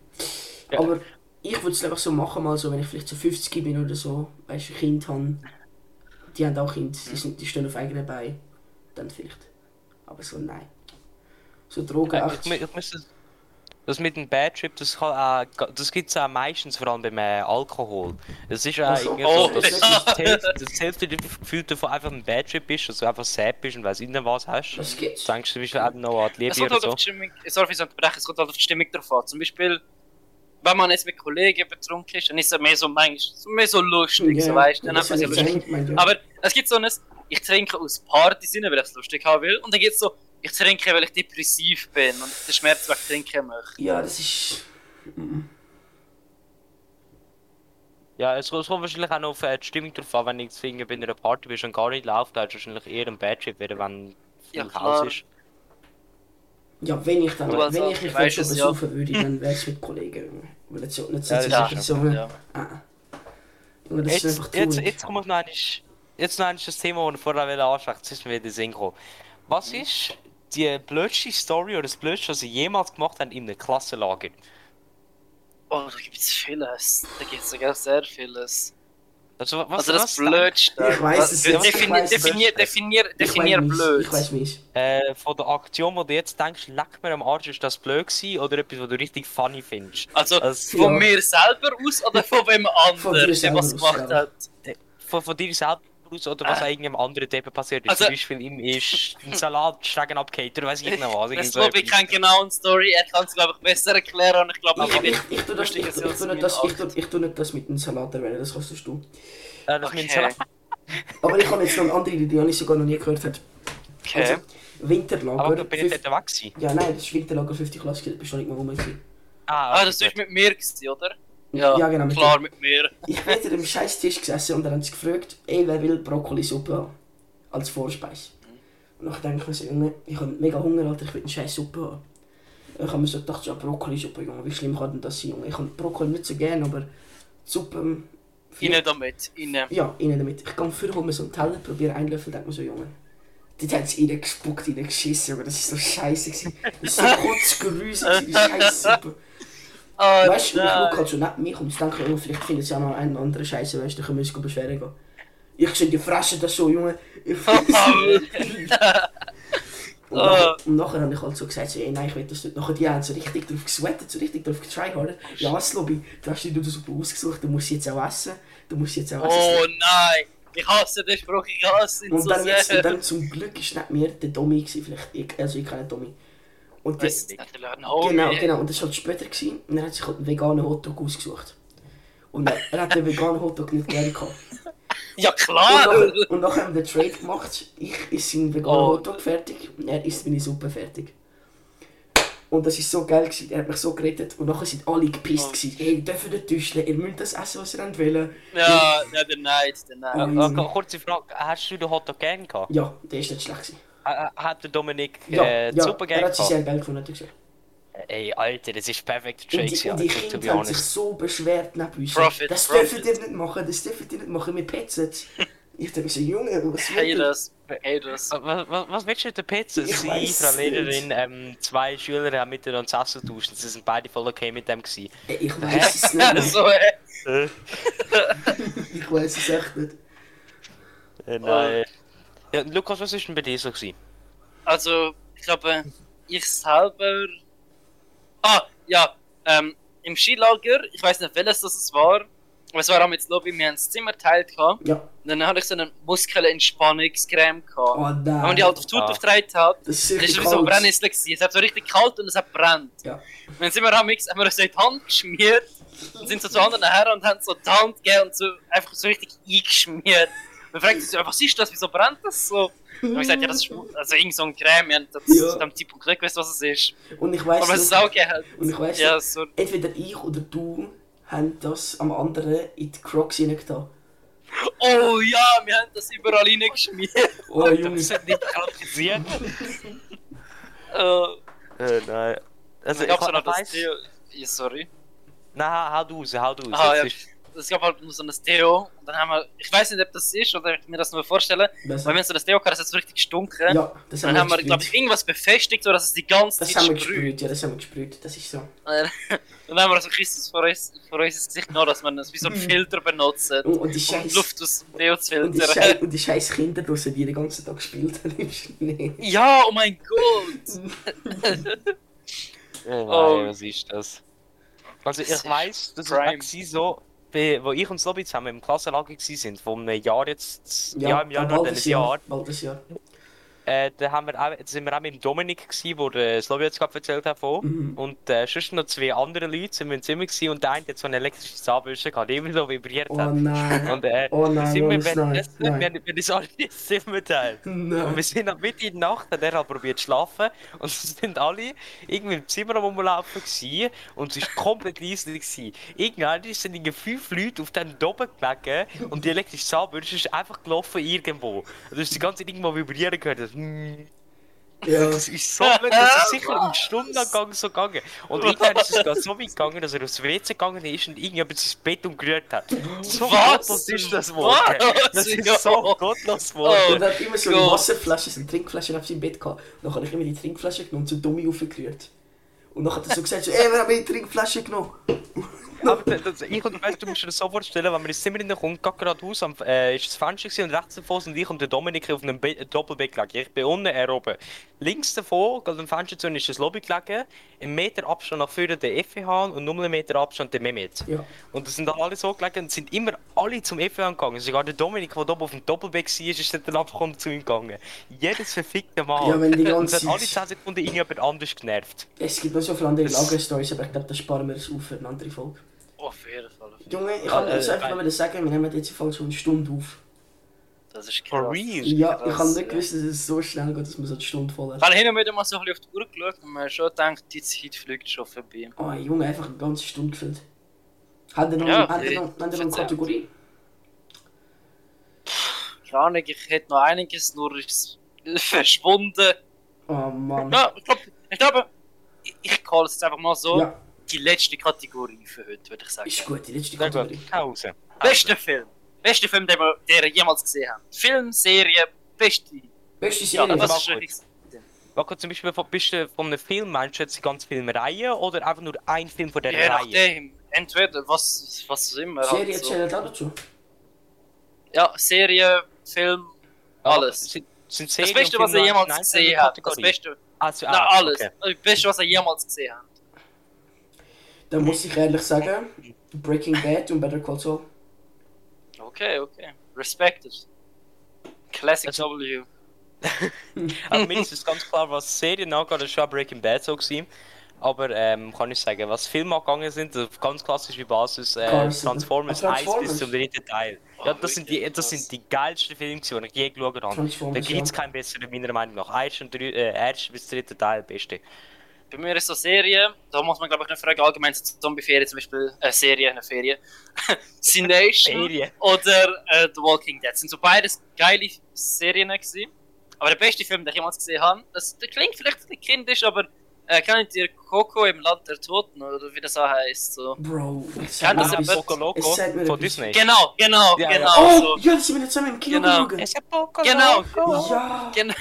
S2: Aber ich würde es einfach so machen, mal so, wenn ich vielleicht so 50 bin oder so, weißt du, ein Kind habe, die haben auch Kinder,
S1: Mhm.
S2: die, sind, die stehen auf eigenen Beinen. Dann vielleicht. Aber so, nein. So Drogen,
S3: Ja,
S2: echt.
S3: ich, ich, ich muss das, das mit dem Bad Trip, das, kann, auch- das gibt es auch meistens, vor allem beim äh, Alkohol. Es ist auch
S2: Ach so.
S3: irgendwie
S1: Oh.
S3: so, dass das die Hälfte- dass die Hälfte des Gefühl davon einfach ein Bad Trip ist, dass du einfach sad bist und weiss nicht was hast.
S2: Was gibt's?
S3: Du denkst du bist auch noch an die
S1: Es
S3: Liebe
S1: kommt
S3: oder
S1: halt
S3: so.
S1: auf die Stimmung, sorry fürs Unterbrechen, es kommt halt auf die Stimmung drauf an. Zum Beispiel, wenn man jetzt mit Kollegen betrunken ist, dann ist es mehr so, manchmal, so mehr so lustig, so weißt du, dann hat man ja lustig.
S2: Aber
S1: Aber es gibt so ein, ich trinke aus Partys rein, weil ich es lustig haben will, und dann gibt es so, ich trinke, weil ich depressiv bin und den Schmerz wegtrinken möchte.
S2: ja, das ist. Mhm.
S3: Ja, es kommt es kommt wahrscheinlich auch noch auf äh, die Stimmung drauf an, wenn du jetzt irgendwie bei einer Party bist und gar nicht läuft, dann hast du wahrscheinlich eher ein Bad Trip, werden, wenn
S1: Ja,
S3: viel
S1: klar.
S3: Chaos ist.
S2: Ja, wenn ich dann,
S1: Du als
S2: wenn
S1: Alter
S2: ich mich
S1: weisst
S2: schon
S1: es, ja.
S2: besaufen würde, dann wäre es mit Kollegen. Weil jetzt so, nicht so
S3: Ja,
S2: eine
S3: das ist
S2: Situation.
S1: Ja.
S2: Ah. Junge, das ist einfach
S3: Jetzt, jetzt,
S2: traurig.
S3: jetzt kommt noch einisch- jetzt noch einisch das Thema, das ich vorher wollte ansprechen wollte. Jetzt ist mir wieder in den Sinn gekommen. Was
S1: Mhm.
S3: ist die blödste Story oder das Blödste, was sie jemals gemacht haben in einem Klassenlager?
S1: Oh, da gibt es vieles. Da gibt es sogar sehr vieles.
S3: Also, wa- was,
S1: Also das
S3: was
S1: Blödste.
S2: Ich weiss
S1: Was-
S2: es jetzt, ich
S1: Definier,
S2: weiss es.
S1: definier, definier,
S2: Ich
S1: definier
S2: weiss,
S1: blöd.
S2: Ich weiß mich.
S3: Äh, von der Aktion, wo du jetzt denkst, leck mir am Arsch, ist das blöd gewesen oder etwas, was du richtig funny findest?
S1: Also
S3: Also,
S1: von
S2: ja.
S1: mir selber aus oder von wem
S2: Von
S1: anderen,
S2: dir
S1: der was
S2: selber aus,
S1: gemacht
S2: ja.
S1: hat?
S3: Von, von dir selber aus oder was äh. irgendeinem anderen Deppen passiert ist?
S1: Also-
S3: Zum Beispiel ihm ist ein Salat stecken abgehakt oder weiss ich noch was. irgend
S1: Das
S3: so
S1: Bobby
S3: etwas.
S1: kennt genau eine Story, er kann es glaube ich besser erklären und ich glaube
S2: Ich,
S1: auch
S2: ich,
S1: nicht.
S2: ich, tu das, ich, ich, tu nicht das, ich, tu, ich tu nicht das mit dem Salat erwähnen, das kannst du.
S3: Äh, das mit dem
S1: Okay.
S3: Salat-
S2: Aber ich habe jetzt noch eine andere Idee, die ich sogar noch nie gehört habe.
S1: Okay.
S2: Also, Winterlager.
S3: Aber du bist
S2: fünf-
S3: nicht dort weg gewesen.
S2: ja, nein, das ist Winterlager 50 Klasse, da bist du noch nicht mal rum. gewesen.
S1: Ah,
S3: okay,
S1: das
S3: gut.
S1: war mit mir, gewesen, oder?
S2: Ja, genau, mit
S1: Klar, mit mir.
S2: Ich bin hinter dem scheiß Tisch gesessen und dann haben sie gefragt, ey, wer will Brokkolisuppe haben? Als Vorspeis. Und dann denke ich mir so, Junge, ich habe mega Hunger, Alter, ich will eine scheiß Suppe haben. Und ich habe mir so gedacht, so eine Brokkolisuppe, Junge, wie schlimm kann denn das sein, Junge? Ich habe Brokkoli nicht so gern, aber die Suppe... ähm,
S1: Innen damit. Innen.
S2: Ja, rein damit. Ich gehe vorher, hole mir so einen Teller, probiere einen Löffel, denke mir so, Junge. Dort hat es reingespuckt, reingeschissen, Junge, das ist so scheiße gewesen. Das ist so kurz gerüsig, die scheiß Suppe.
S1: Oh,
S2: Weißt du, ich
S1: nein.
S2: schaue halt schon neben mich und ich denke, Junge, oh, vielleicht findet sie auch noch einen oder anderen Scheiße, weißt du, dann können wir uns beschweren gehen. Ich sehe die Fresse das so, Junge. Ich und, nachher, und nachher habe ich halt so gesagt, so, ey, nein, ich will das nicht. Nachher die haben so richtig drauf gesweatet, so richtig drauf getryhardet. Ja, was, Lobby, du hast dir nur so ausgesucht, du musst sie jetzt auch essen. Du musst sie jetzt auch essen.
S1: oh nein. Ich hasse den Spruch, ich hasse ihn
S2: Und
S1: so
S2: dann, jetzt, und
S1: sehr.
S2: dann zum Glück war nicht mehr der Domi, gewesen, vielleicht. eh, Ich, also ich kenne Domi. Und das,
S1: Weißt du, ich lerne auch
S2: genau,
S1: mehr.
S2: genau. Und das war halt später gewesen, und er hat sich halt einen veganen Hotdog ausgesucht. Und er, er hat den veganen Hotdog nicht gerne gehabt.
S1: Ja
S2: Und,
S1: klar!
S2: nachher, und nachher haben wir den Trade gemacht. Ich ist seinen veganen
S1: Ah! Oh.
S2: Hotdog fertig und er isst meine Suppe fertig. Und das ist so geil, gewesen. er hat mich so gerettet und nachher sind alle gepisst
S1: Oh.
S2: gewesen. Hey, ihr dürft nicht täuschen, ihr müsst das essen, was ihr wollt.
S1: Ja, ja, der Neid, der
S3: Ja,
S1: Neid.
S2: Mhm.
S3: äh, ko- kurze Frage, hast du den Hotdog gern gehabt?
S2: Ja, der ist nicht schlecht gewesen.
S3: Äh, äh, Hat der Dominik
S2: Ja,
S3: äh,
S2: ja,
S3: super
S2: er
S3: gern
S2: hat sie
S3: gehabt?
S2: sehr geil gefunden, hat er gesagt.
S3: Ey, Alter, das ist perfekt
S2: Und
S3: Tricks,
S2: die,
S3: ja,
S2: und die
S3: to be
S2: Kinder haben sich
S3: honest.
S2: so beschwert neben uns.
S1: Profit,
S2: das
S1: Profit.
S2: dürft ihr nicht machen, das dürft ihr nicht machen, wir petzen. Ich denke so, Junge, was
S1: Hey
S2: will
S1: das, hey das.
S3: Was, was, was willst du mit der Pizza?
S2: Ich
S3: Sie,
S2: weiß
S3: Frau
S2: es
S3: Lehrerin, ähm, zwei Schüler haben miteinander das Essen getauscht und sie sind beide voll okay mit dem gewesen.
S2: ich? Ey, Ich weiß es nicht,
S1: so, hey.
S3: Äh,
S2: ich weiß es echt nicht.
S3: äh, nein. Ja, Lukas, was ist denn bei dir so gewesen?
S1: Also, ich glaube, ich selber. Ah, ja, ähm, im Skilager, ich weiß nicht, welches das es war, aber es war auch mit dem Lobby, wir haben das Zimmer teilt gehabt.
S2: Ja,
S1: Und dann hatte ich so eine Muskelentspannungscreme gehabt.
S2: oh nein.
S1: Wenn man die halt auf die Haut
S3: Ah.
S1: aufgetragen hat,
S2: das ist
S1: das
S2: richtig
S1: war wie so
S2: kalt.
S1: ein Brennnessel. gewesen. Es hat so richtig kalt und es hat brennt.
S2: Ja.
S1: Und dann sind wir am X, haben wir uns so in die Hand geschmiert, und sind so zu anderen her und haben so die Hand gegeben und so einfach so richtig eingeschmiert. Man fragt sich so, was ist das, wieso brennt das so? Und ich gesagt, ja, das ist also irgend so ein Creme, wir haben das
S2: Ja.
S1: zu dem Zeitpunkt nicht gewusst, was es ist.
S2: Und ich
S1: Aber es
S2: weiß
S1: ist auch geil.
S2: Und ich weiß
S1: Ja, so.
S2: entweder ich oder du haben das am anderen in die Crocs hineingetan.
S1: Oh ja, wir haben das überall reingeschmiert.
S2: Oh Junge,
S3: Das hat nicht kritisiert.
S1: Äh,
S3: äh, nein. Also,
S1: ich
S3: ich,
S1: hab's
S3: ich,
S1: noch das
S3: weiss...
S1: Theo. Ja, sorry.
S3: Nein, hau du raus, hau du raus.
S1: Ah,
S3: Jetzt
S1: ja.
S3: ist-
S1: es gab halt nur so ein Deo. Und dann haben wir, ich weiß nicht, ob das ist oder ob ich mir das nur vorstelle,
S2: Das
S1: weil wenn so das Deo kam, das hat so richtig gestunken.
S2: ja, das
S1: dann haben wir, glaube ich,
S2: gesprüht.
S1: irgendwas befestigt, sodass es die ganze
S2: Das
S1: Zeit
S2: haben wir
S1: sprüht.
S2: gesprüht, ja, das haben wir gesprüht. Das ist so.
S1: Dann haben wir so Christus vor uns, vor uns ins Gesicht genommen, dass man das wie so einen Filter benutzt, um
S2: Und, Mhm. Oh, und die scheiß
S1: Luft aus dem Deo zu
S2: und die,
S1: filtern.
S2: scheiß, und die scheiß Kinder draussen, die den ganzen Tag gespielt haben im Schnee.
S1: Ja, oh mein Gott!
S3: Oh
S1: Oh.
S3: nein, was ist das? Also
S1: Das
S3: ich
S1: ist
S3: weiß, das
S1: prime.
S3: war so, bei- wo ich und Slobby zusammen im Klassenlager waren, vor einem Jahr jetzt, ja, im Januar
S2: bald
S3: dieses Jahr,
S2: Bald das Jahr.
S3: äh, da haben wir auch, sind wir auch mit dem Dominik gewesen, wo der Slobby jetzt gerade erzählt hat von.
S2: Mhm.
S3: Und äh, sonst noch zwei andere Leute sind wir im Zimmer gewesen, und der eine hat so eine elektrische Zahnbürste gehabt, die immer so vibriert
S2: Oh
S3: hat.
S2: nein.
S3: Und äh,
S2: Oh nein,
S3: sind wir
S2: Jonas, nein,
S3: währenddessen, wir
S2: nein.
S3: haben wir haben uns alle ins Zimmer geteilt. Und
S2: Nein.
S3: wir sind am Mitte in der Nacht, hat er halt probiert zu schlafen und es sind alle irgendwie im Zimmer am rumlaufen gewesen und es war komplett leise gewesen. Irgendwann sind irgendwie fünf Leute auf den oben gelegen und die elektrische Zahnbürste ist einfach gelaufen irgendwo. Und du hast die ganze Zeit irgendwo vibrieren gehört. Das, mm,
S2: Ja.
S3: das ist so, das ist sicher um Stunden lang so gegangen. Und irgendwann ist es gerade so weit gegangen, dass er aufs WC gegangen ist und irgendjemand sein Bett umgerührt hat. So
S1: Was?
S3: gottlos ist das Wort.
S1: Was?
S3: Das
S1: Ja.
S3: ist so gottlos
S1: Oh.
S3: Wort.
S2: Und er hat immer so eine
S1: Gott.
S2: Wasserflasche, so eine Trinkflasche auf seinem Bett gehabt. Und dann habe ich immer die Trinkflasche genommen und so dumm aufgerührt. Und dann hat er so gesagt, so, ey, wer hat mir die Trinkflasche genommen?
S3: Aber das, das, ich und weißt, du musst dir das so vorstellen, wenn wir ins Zimmer reinkommen, gerade geradeaus am, äh, ist das Fenster gewesen und rechts davon sind ich und der Dominik auf einem Be äh, Doppelbett gelegen. Ich bin unten, er oben. Links davon, gerade am Fenster zu, ist das Lobby gelegen, einen Meter Abstand nach vorne der FEH und nur einen Meter Abstand der Mehmet.
S2: Ja.
S3: Und das sind dann alle so gelegen und sind immer alle zum FEH gegangen. Sogar der Dominik, der oben auf dem Doppelbett war, ist dann abgekommen zu ihm gegangen. Jedes verfickte Mal.
S2: Ja, wenn die
S3: und es hat
S2: ganze
S3: alle 10 Sekunden irgendjemand anders genervt.
S2: Es gibt noch so viele andere Lagerstories, aber ich glaube, da sparen wir es auf für eine andere Folge.
S1: Oh, auf jeden Fall.
S2: Junge, ich kann
S3: Ah,
S2: jetzt
S3: äh,
S2: einfach
S3: nein.
S2: mal sagen, wir nehmen jetzt voll schon eine Stunde auf.
S1: Das ist krass.
S3: For real.
S2: Ja, ich habe
S1: krass,
S2: nicht
S1: ja.
S2: gewusst, dass es so schnell geht, dass wir so eine Stunde voll
S1: Ich
S2: haben.
S1: habe hin und wieder mal so ein bisschen auf die Uhr geschaut und mir schon gedacht, die Zeit fliegt schon vorbei.
S2: Oh, Junge, einfach eine ganze Stunde gefüllt. Habt ihr noch,
S1: Ja,
S2: habt ihr noch,
S1: ich-
S2: habt ihr noch eine
S1: ich-
S2: Kategorie?
S1: Keine Ahnung, ich hätte noch einiges, nur ist es verschwunden.
S2: Oh Mann.
S1: Ja, ich glaube, ich, glaube, ich, ich call es jetzt einfach mal so
S2: Ja,
S1: die letzte Kategorie für heute, würde ich sagen.
S2: ist gut, die letzte
S3: Sehr gut.
S2: Kategorie.
S3: Pause.
S1: Ah, Beste Film. Beste Film, den wir, den wir jemals gesehen haben. Film, Serie, beste.
S2: Beste
S1: Ja,
S2: Serie.
S1: das
S3: mach
S1: ist schon
S3: gut.
S1: richtig.
S3: Wacko, zum Beispiel von, bist du von einem Film, meinst du jetzt die ganze Filmreihe oder einfach nur ein Film von der
S1: Je
S3: Reihe?
S1: nachdem, entweder was, was immer.
S2: Serie
S1: halt so.
S2: zählt auch dazu.
S1: Ja, Serie, Film, alles.
S3: Sind, sind
S1: Das
S3: Serien
S1: Beste,
S3: und
S1: was
S3: Filme
S1: er
S3: in einer
S1: jemals
S3: einzelnen
S1: gesehen hat. Das
S3: Kategorie?
S1: Beste.
S3: Also,
S1: Nein,
S3: ah,
S1: alles.
S3: okay.
S1: Das Beste, was er jemals gesehen hat.
S2: Da muss ich ehrlich sagen, Breaking Bad und Better Call Saul.
S1: Okay, okay. Respected. dus. Classic
S3: Also-
S1: W.
S3: Also, mir ist es ganz klar, was Serien angeht, das war schon Breaking Bad so. Gewesen. Aber ähm, kann ich sagen, was Filme angegangen sind, auf ganz klassische Basis, äh,
S2: Cars.
S3: Transformers,
S2: Ah,
S3: 1 bis
S2: Transformers.
S3: zum dritten Teil.
S1: Oh,
S3: Ja, das sind, die,
S1: wirklich,
S3: das
S1: krass.
S3: sind die geilsten Filme, gewesen, die ich je geschaut habe. Da
S2: Transformers,
S3: gibt es
S2: ja.
S3: keinen besseren, meiner Meinung nach. Erster und drü- äh, erster bis dritter Teil, beste.
S1: Bei mir ist so Serien, da muss man glaube ich nicht fragen, allgemein sind Zombie-Ferien zum Beispiel, äh, Serien, eine Ferien, Sination
S3: Serien.
S1: oder äh, The Walking Dead. Sind so beides geile Serien gewesen. Aber der beste Film, den ich jemals gesehen habe, das, der klingt vielleicht ein bisschen kindisch, aber äh, kennt ihr Coco im Land der Toten oder wie das auch heißt? So.
S2: Bro, es
S1: Kann
S2: sagt
S1: das
S2: mir
S1: ja
S2: etwas.
S3: Poco Loco
S2: Es sagt mir
S3: von
S2: etwas.
S3: Disney.
S1: Genau, genau,
S3: Ja, ja.
S1: genau
S2: Oh,
S1: so.
S2: ja, das sind wir jetzt zusammen im Kino
S1: Genau.
S2: geschaut.
S3: Es ist Poco
S1: Genau.
S3: Loco.
S2: Ja,
S1: Genau.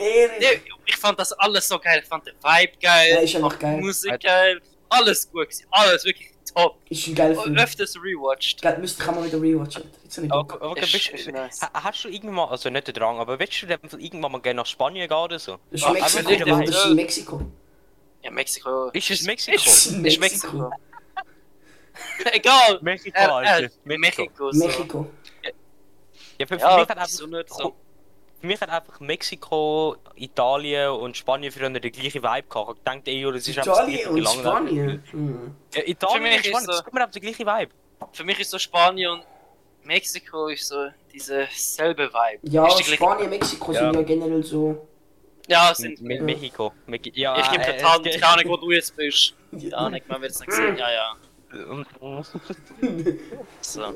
S2: Ehre.
S1: Nee, ich fand das alles so geil. Ich fand den Vibe geil,
S2: Ja, ist einfach
S1: die
S2: geil.
S1: Musik geil, alles gut gewesen, alles wirklich top.
S2: Ist ein geiler
S1: Und
S2: Film.
S1: öfters rewatched.
S2: Geil, müsste ich auch mal wieder rewatchen. Alter. Jetzt habe ich Bock.
S3: Okay, okay,
S1: Ist-
S3: bist,
S1: ist nice.
S3: ha- hast du irgendwann mal, also nicht den Drang, aber willst du denn irgendwann mal gerne nach Spanien gehen oder so?
S2: Das
S1: Ah,
S2: ist Mexiko,
S1: absolut,
S2: Mann,
S1: ja.
S2: das ist Mexiko.
S1: Ja, Mexiko.
S3: Ist es Mexiko?
S2: Das ist
S1: Ist
S2: Mexiko.
S1: Mexiko. Egal.
S3: Mexiko,
S1: Er,
S3: Alter.
S1: er, Mexiko. so.
S2: Mexiko.
S3: Ja, für, für,
S1: Ja,
S3: mich hat
S1: wieso
S3: einfach,
S1: nicht so?
S3: für mich hat einfach Mexiko, Italien und Spanien früher den gleichen Vibe gehabt. Ich dachte, ey, das ist einfach das
S2: Italien
S3: gleiche
S2: und
S3: Land.
S2: Spanien. Hm.
S3: Ja, Italien
S1: Für mich
S3: und
S1: ist
S3: Spanien,
S1: so-
S3: das kommt mir einfach der gleiche Vibe.
S1: Für mich ist so Spanien und Mexiko ist so diese selbe Vibe.
S2: Ja,
S1: Ist die gleiche-
S2: Spanien, Mexiko
S3: Ja.
S2: sind ja generell so.
S1: Ja,
S3: Mit,
S1: sind.
S3: mit
S2: Ja.
S3: Mexiko. Mex- Ja,
S1: ich gebe
S3: äh,
S1: vertan,
S3: es-
S1: ich kann nicht, wo du jetzt bist. Ja, ne,
S2: Ja,
S1: nicht, man wird es nicht sehen. Ja, ja. So.
S3: I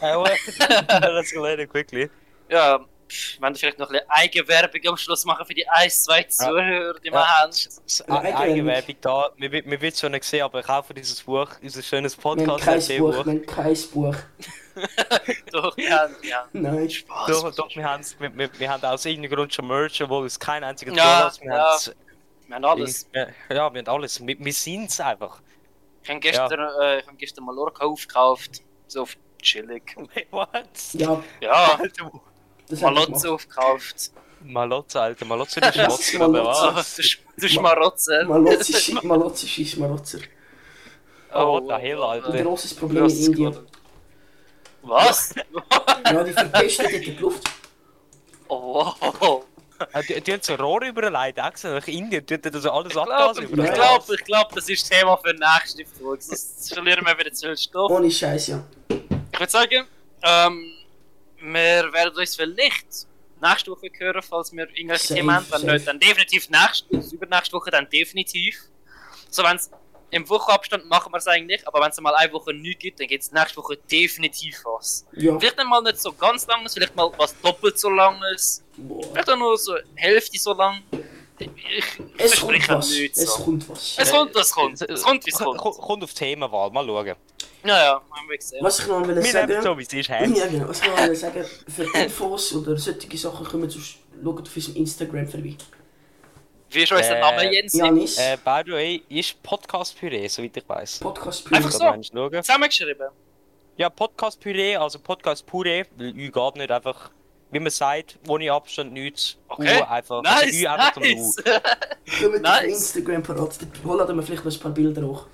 S3: was related quickly.
S1: Ja, pff, wenn du vielleicht noch ein bisschen Eigenwerbung am Schluss machen für die 1, 2 Zuhörer, die wir
S3: Ja.
S1: haben.
S3: Das
S2: Ja,
S3: eine
S2: eigentlich.
S3: Eigenwerbung da, wir, wir wir wissen schon nicht gesehen, aber kaufen dieses Buch, unser schönes
S2: Wir haben
S3: podcast
S2: kein
S3: LP
S2: Buch, wir haben kein Buch.
S1: Doch, ja, ja.
S2: Nein.
S1: Spaß.
S3: Doch, doch, wir haben, wir, wir, wir haben aus irgendeinem Grund schon Merch, obwohl es kein einziger
S1: Ja,
S3: Dollar ist. Wir
S1: ja.
S3: haben's-
S1: Wir haben alles.
S3: Ja, wir haben alles. Wir, wir sind es einfach.
S1: Ich habe gestern, äh, ich habe gestern Mallorca aufgekauft. So auf chillig.
S3: Wait, what?
S2: Ja,
S1: Ja,
S3: Alter,
S2: das haben wir
S1: Malotze
S2: gemacht.
S1: aufgekauft.
S3: Malotze, Alter, Malotze, du
S2: Ja,
S3: Schmotzer, aber
S2: Malotze.
S1: Oh,
S3: was?
S1: du, Sch- du Schmarotzer.
S2: Malotze schießt Malotze, schießt Malotze.
S3: Oh, what the hell,
S2: Ein
S3: Alter.
S2: grosses Problem in
S1: Grosses
S2: Indien.
S1: Problem. Was?
S2: Ja, die verpesten dort die Luft.
S1: Oh, wow.
S3: Äh, Die, die haben so Rohre überlegt, extra nach Indien, die haben das alles
S1: Ich glaube,
S3: abgelassen.
S1: ich
S3: überall. Äh,
S1: glaub, ich glaub, das ist Thema für die nächste Folge. Sonst verlieren wir wieder zu viel Stoff.
S2: Ohne Oh, Scheiß, ja.
S1: Ich würde sagen, ähm, wir werden uns vielleicht nächste Woche hören, falls wir irgendwelche
S2: Safe,
S1: Themen haben. Wenn
S2: safe.
S1: nicht, dann definitiv nächste, übernächste Woche dann definitiv. So, wenn es im Wochenabstand machen wir es eigentlich, aber wenn es mal eine Woche nichts gibt, dann gibt es nächste Woche definitiv was.
S2: Ja.
S1: Vielleicht dann mal nicht so ganz langes, vielleicht mal was doppelt so langes,
S2: Boah.
S1: vielleicht auch nur so Hälfte so lang. Ich
S2: Es kommt
S1: verspreche
S2: was.
S1: nichts.
S2: Es
S1: So.
S2: kommt was.
S1: Es kommt, es kommt. Es kommt, wie es
S3: Ko-
S1: kommt.
S3: ko- Kommt auf die Themenwahl, mal schauen.
S1: Ja, ja, haben wir gesehen.
S2: Was ich noch will
S3: Wir nehmen
S2: sagen.
S3: so, wie es ist, hey.
S2: Ja, genau. Was ich noch will sagen. Für Infos oder solche Sachen kommen, sonst schaut auf unserem Instagram vorbei.
S1: Wie ist unser
S3: Äh,
S1: Name, Jens?
S2: Janis,
S3: Äh, by the way, ist Podcast-Püree, soweit ich weiß.
S2: Podcast
S1: Einfach
S2: Pure.
S1: so.
S3: schauen.
S1: Zusammengeschrieben.
S3: Ja, Podcast-Püree, also Podcast-Püree, weil Ü geht nicht einfach, wie man sagt, ohne Abstand nichts.
S1: Okay.
S3: U einfach. also
S1: Nice,
S3: Ü einfach zum U.
S1: nice.
S2: Kommt auf
S1: Nice.
S2: Instagram parat. Da laden wir vielleicht noch ein paar Bilder hoch.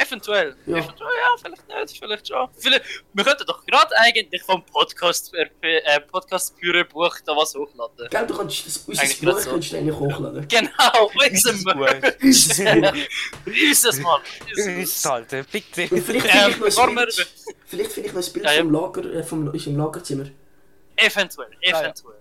S1: Eventuell.
S2: Ja.
S1: Eventuell, ja, vielleicht nicht, vielleicht schon. Vielleicht, wir könnten doch gerade eigentlich vom Podcast, äh, Podcast Pure Buch da was hochladen.
S2: Gell, du kannst das, unser
S1: Eigentlich
S2: Buch
S1: nicht so.
S2: kannst du eigentlich hochladen.
S1: Genau,
S3: Ist es
S1: unser Mann.
S3: gut?
S1: Ist es, Mann.
S3: Ist
S1: Ist
S3: es,
S1: es.
S3: Alter, fick dich.
S2: Und vielleicht
S1: Ähm,
S2: vielleicht noch
S1: bevor
S2: ein
S1: wir.
S2: Bild, vielleicht, vielleicht noch ein Bild
S1: Ja, ja.
S2: vom Lager, äh, vom, ist im Lagerzimmer.
S1: Eventuell,
S3: Ah, ja.
S1: eventuell.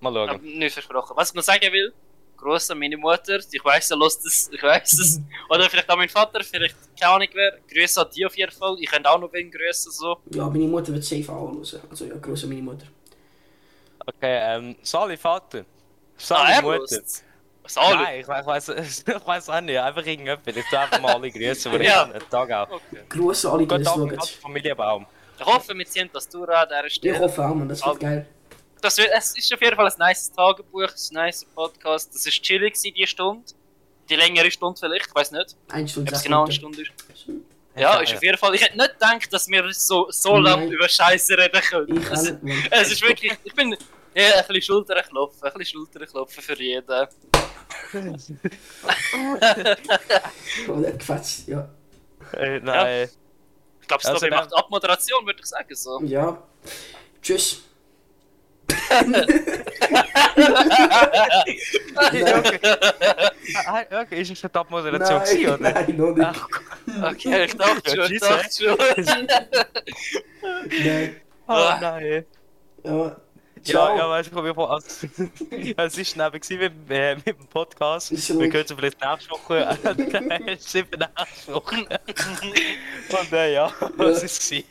S3: Mal
S1: Ich hab
S3: schauen.
S1: nicht versprochen. Was ich noch sagen will, große meine Mutter, ich weiß, er lässt es, ich weiß es. Oder vielleicht auch mein Vater, vielleicht keine Ahnung wer. Grüße an die auf jeden Fall. Ich könnte auch noch wen grüßen, so.
S2: Ja, meine Mutter wird safe auch hören. Also ja, grosse meine Mutter.
S3: Okay, ähm, Sali Vater.
S1: Ah,
S3: Sali
S1: er
S3: Mutter.
S1: lässt's. Salut.
S3: Nein, ich weiß, ich weiß auch nicht, einfach irgendjemand. Ich darf mal alle grüßen, die ich
S1: Ja.
S3: an den Tag auch.
S1: Okay.
S2: Grosse alle, die
S3: Guten
S2: das
S3: Tag,
S2: schauen.
S3: Vater, Familie Baum.
S1: Ich hoffe, wir ziehen das durch an dieser
S2: Ich
S1: Stelle.
S2: hoffe auch, man, das wird
S1: Also-
S2: geil.
S1: das wird, es ist auf jeden Fall ein nice Tagebuch, es ist ein nice Podcast. Das ist chillig gewesen, die Stunde. Die längere Stunde vielleicht, ich weiß nicht,
S2: Eine Stunde,
S1: ob es
S2: sechs
S1: genau eine
S2: Minuten.
S1: Stunde ist. Ja, ist auf jeden Fall. Ich hätte nicht gedacht, dass wir so, so
S2: Nein.
S1: lange über Scheiße reden können.
S2: Ich
S1: Es,
S2: auch nicht,
S1: es ist wirklich. Ich bin ja, ein bisschen Schultern klopfen, ein bisschen Schultern klopfen für jeden.
S2: Mann. Oder Quatsch, Oh, ja.
S3: Äh, nein.
S1: Ich glaube,
S3: Also
S1: Stobi
S3: dann-
S1: macht Abmoderation, würde ich sagen. So.
S2: Ja. Tschüss.
S3: Ja. Okay. Ah, ah, okay, ist es eine Abmoderation
S2: nein,
S3: gewesen, oder?
S2: nein, noch nicht.
S3: Ach,
S1: Okay, ich dachte
S3: Ja,
S1: schon, ich
S3: tschüss,
S1: dachte schon.
S2: Nein.
S3: oh nein.
S2: Ja.
S3: Ja,
S2: Ciao.
S3: ja, weißt du, komm, wir von also, Es ist neben gewesen mit, äh, mit dem Podcast.
S2: Ist schon
S3: Wir
S2: gut.
S3: können es vielleicht nächste Woche. äh, Oh, Sieben nächste Woche. Und äh, ja, was ist sie?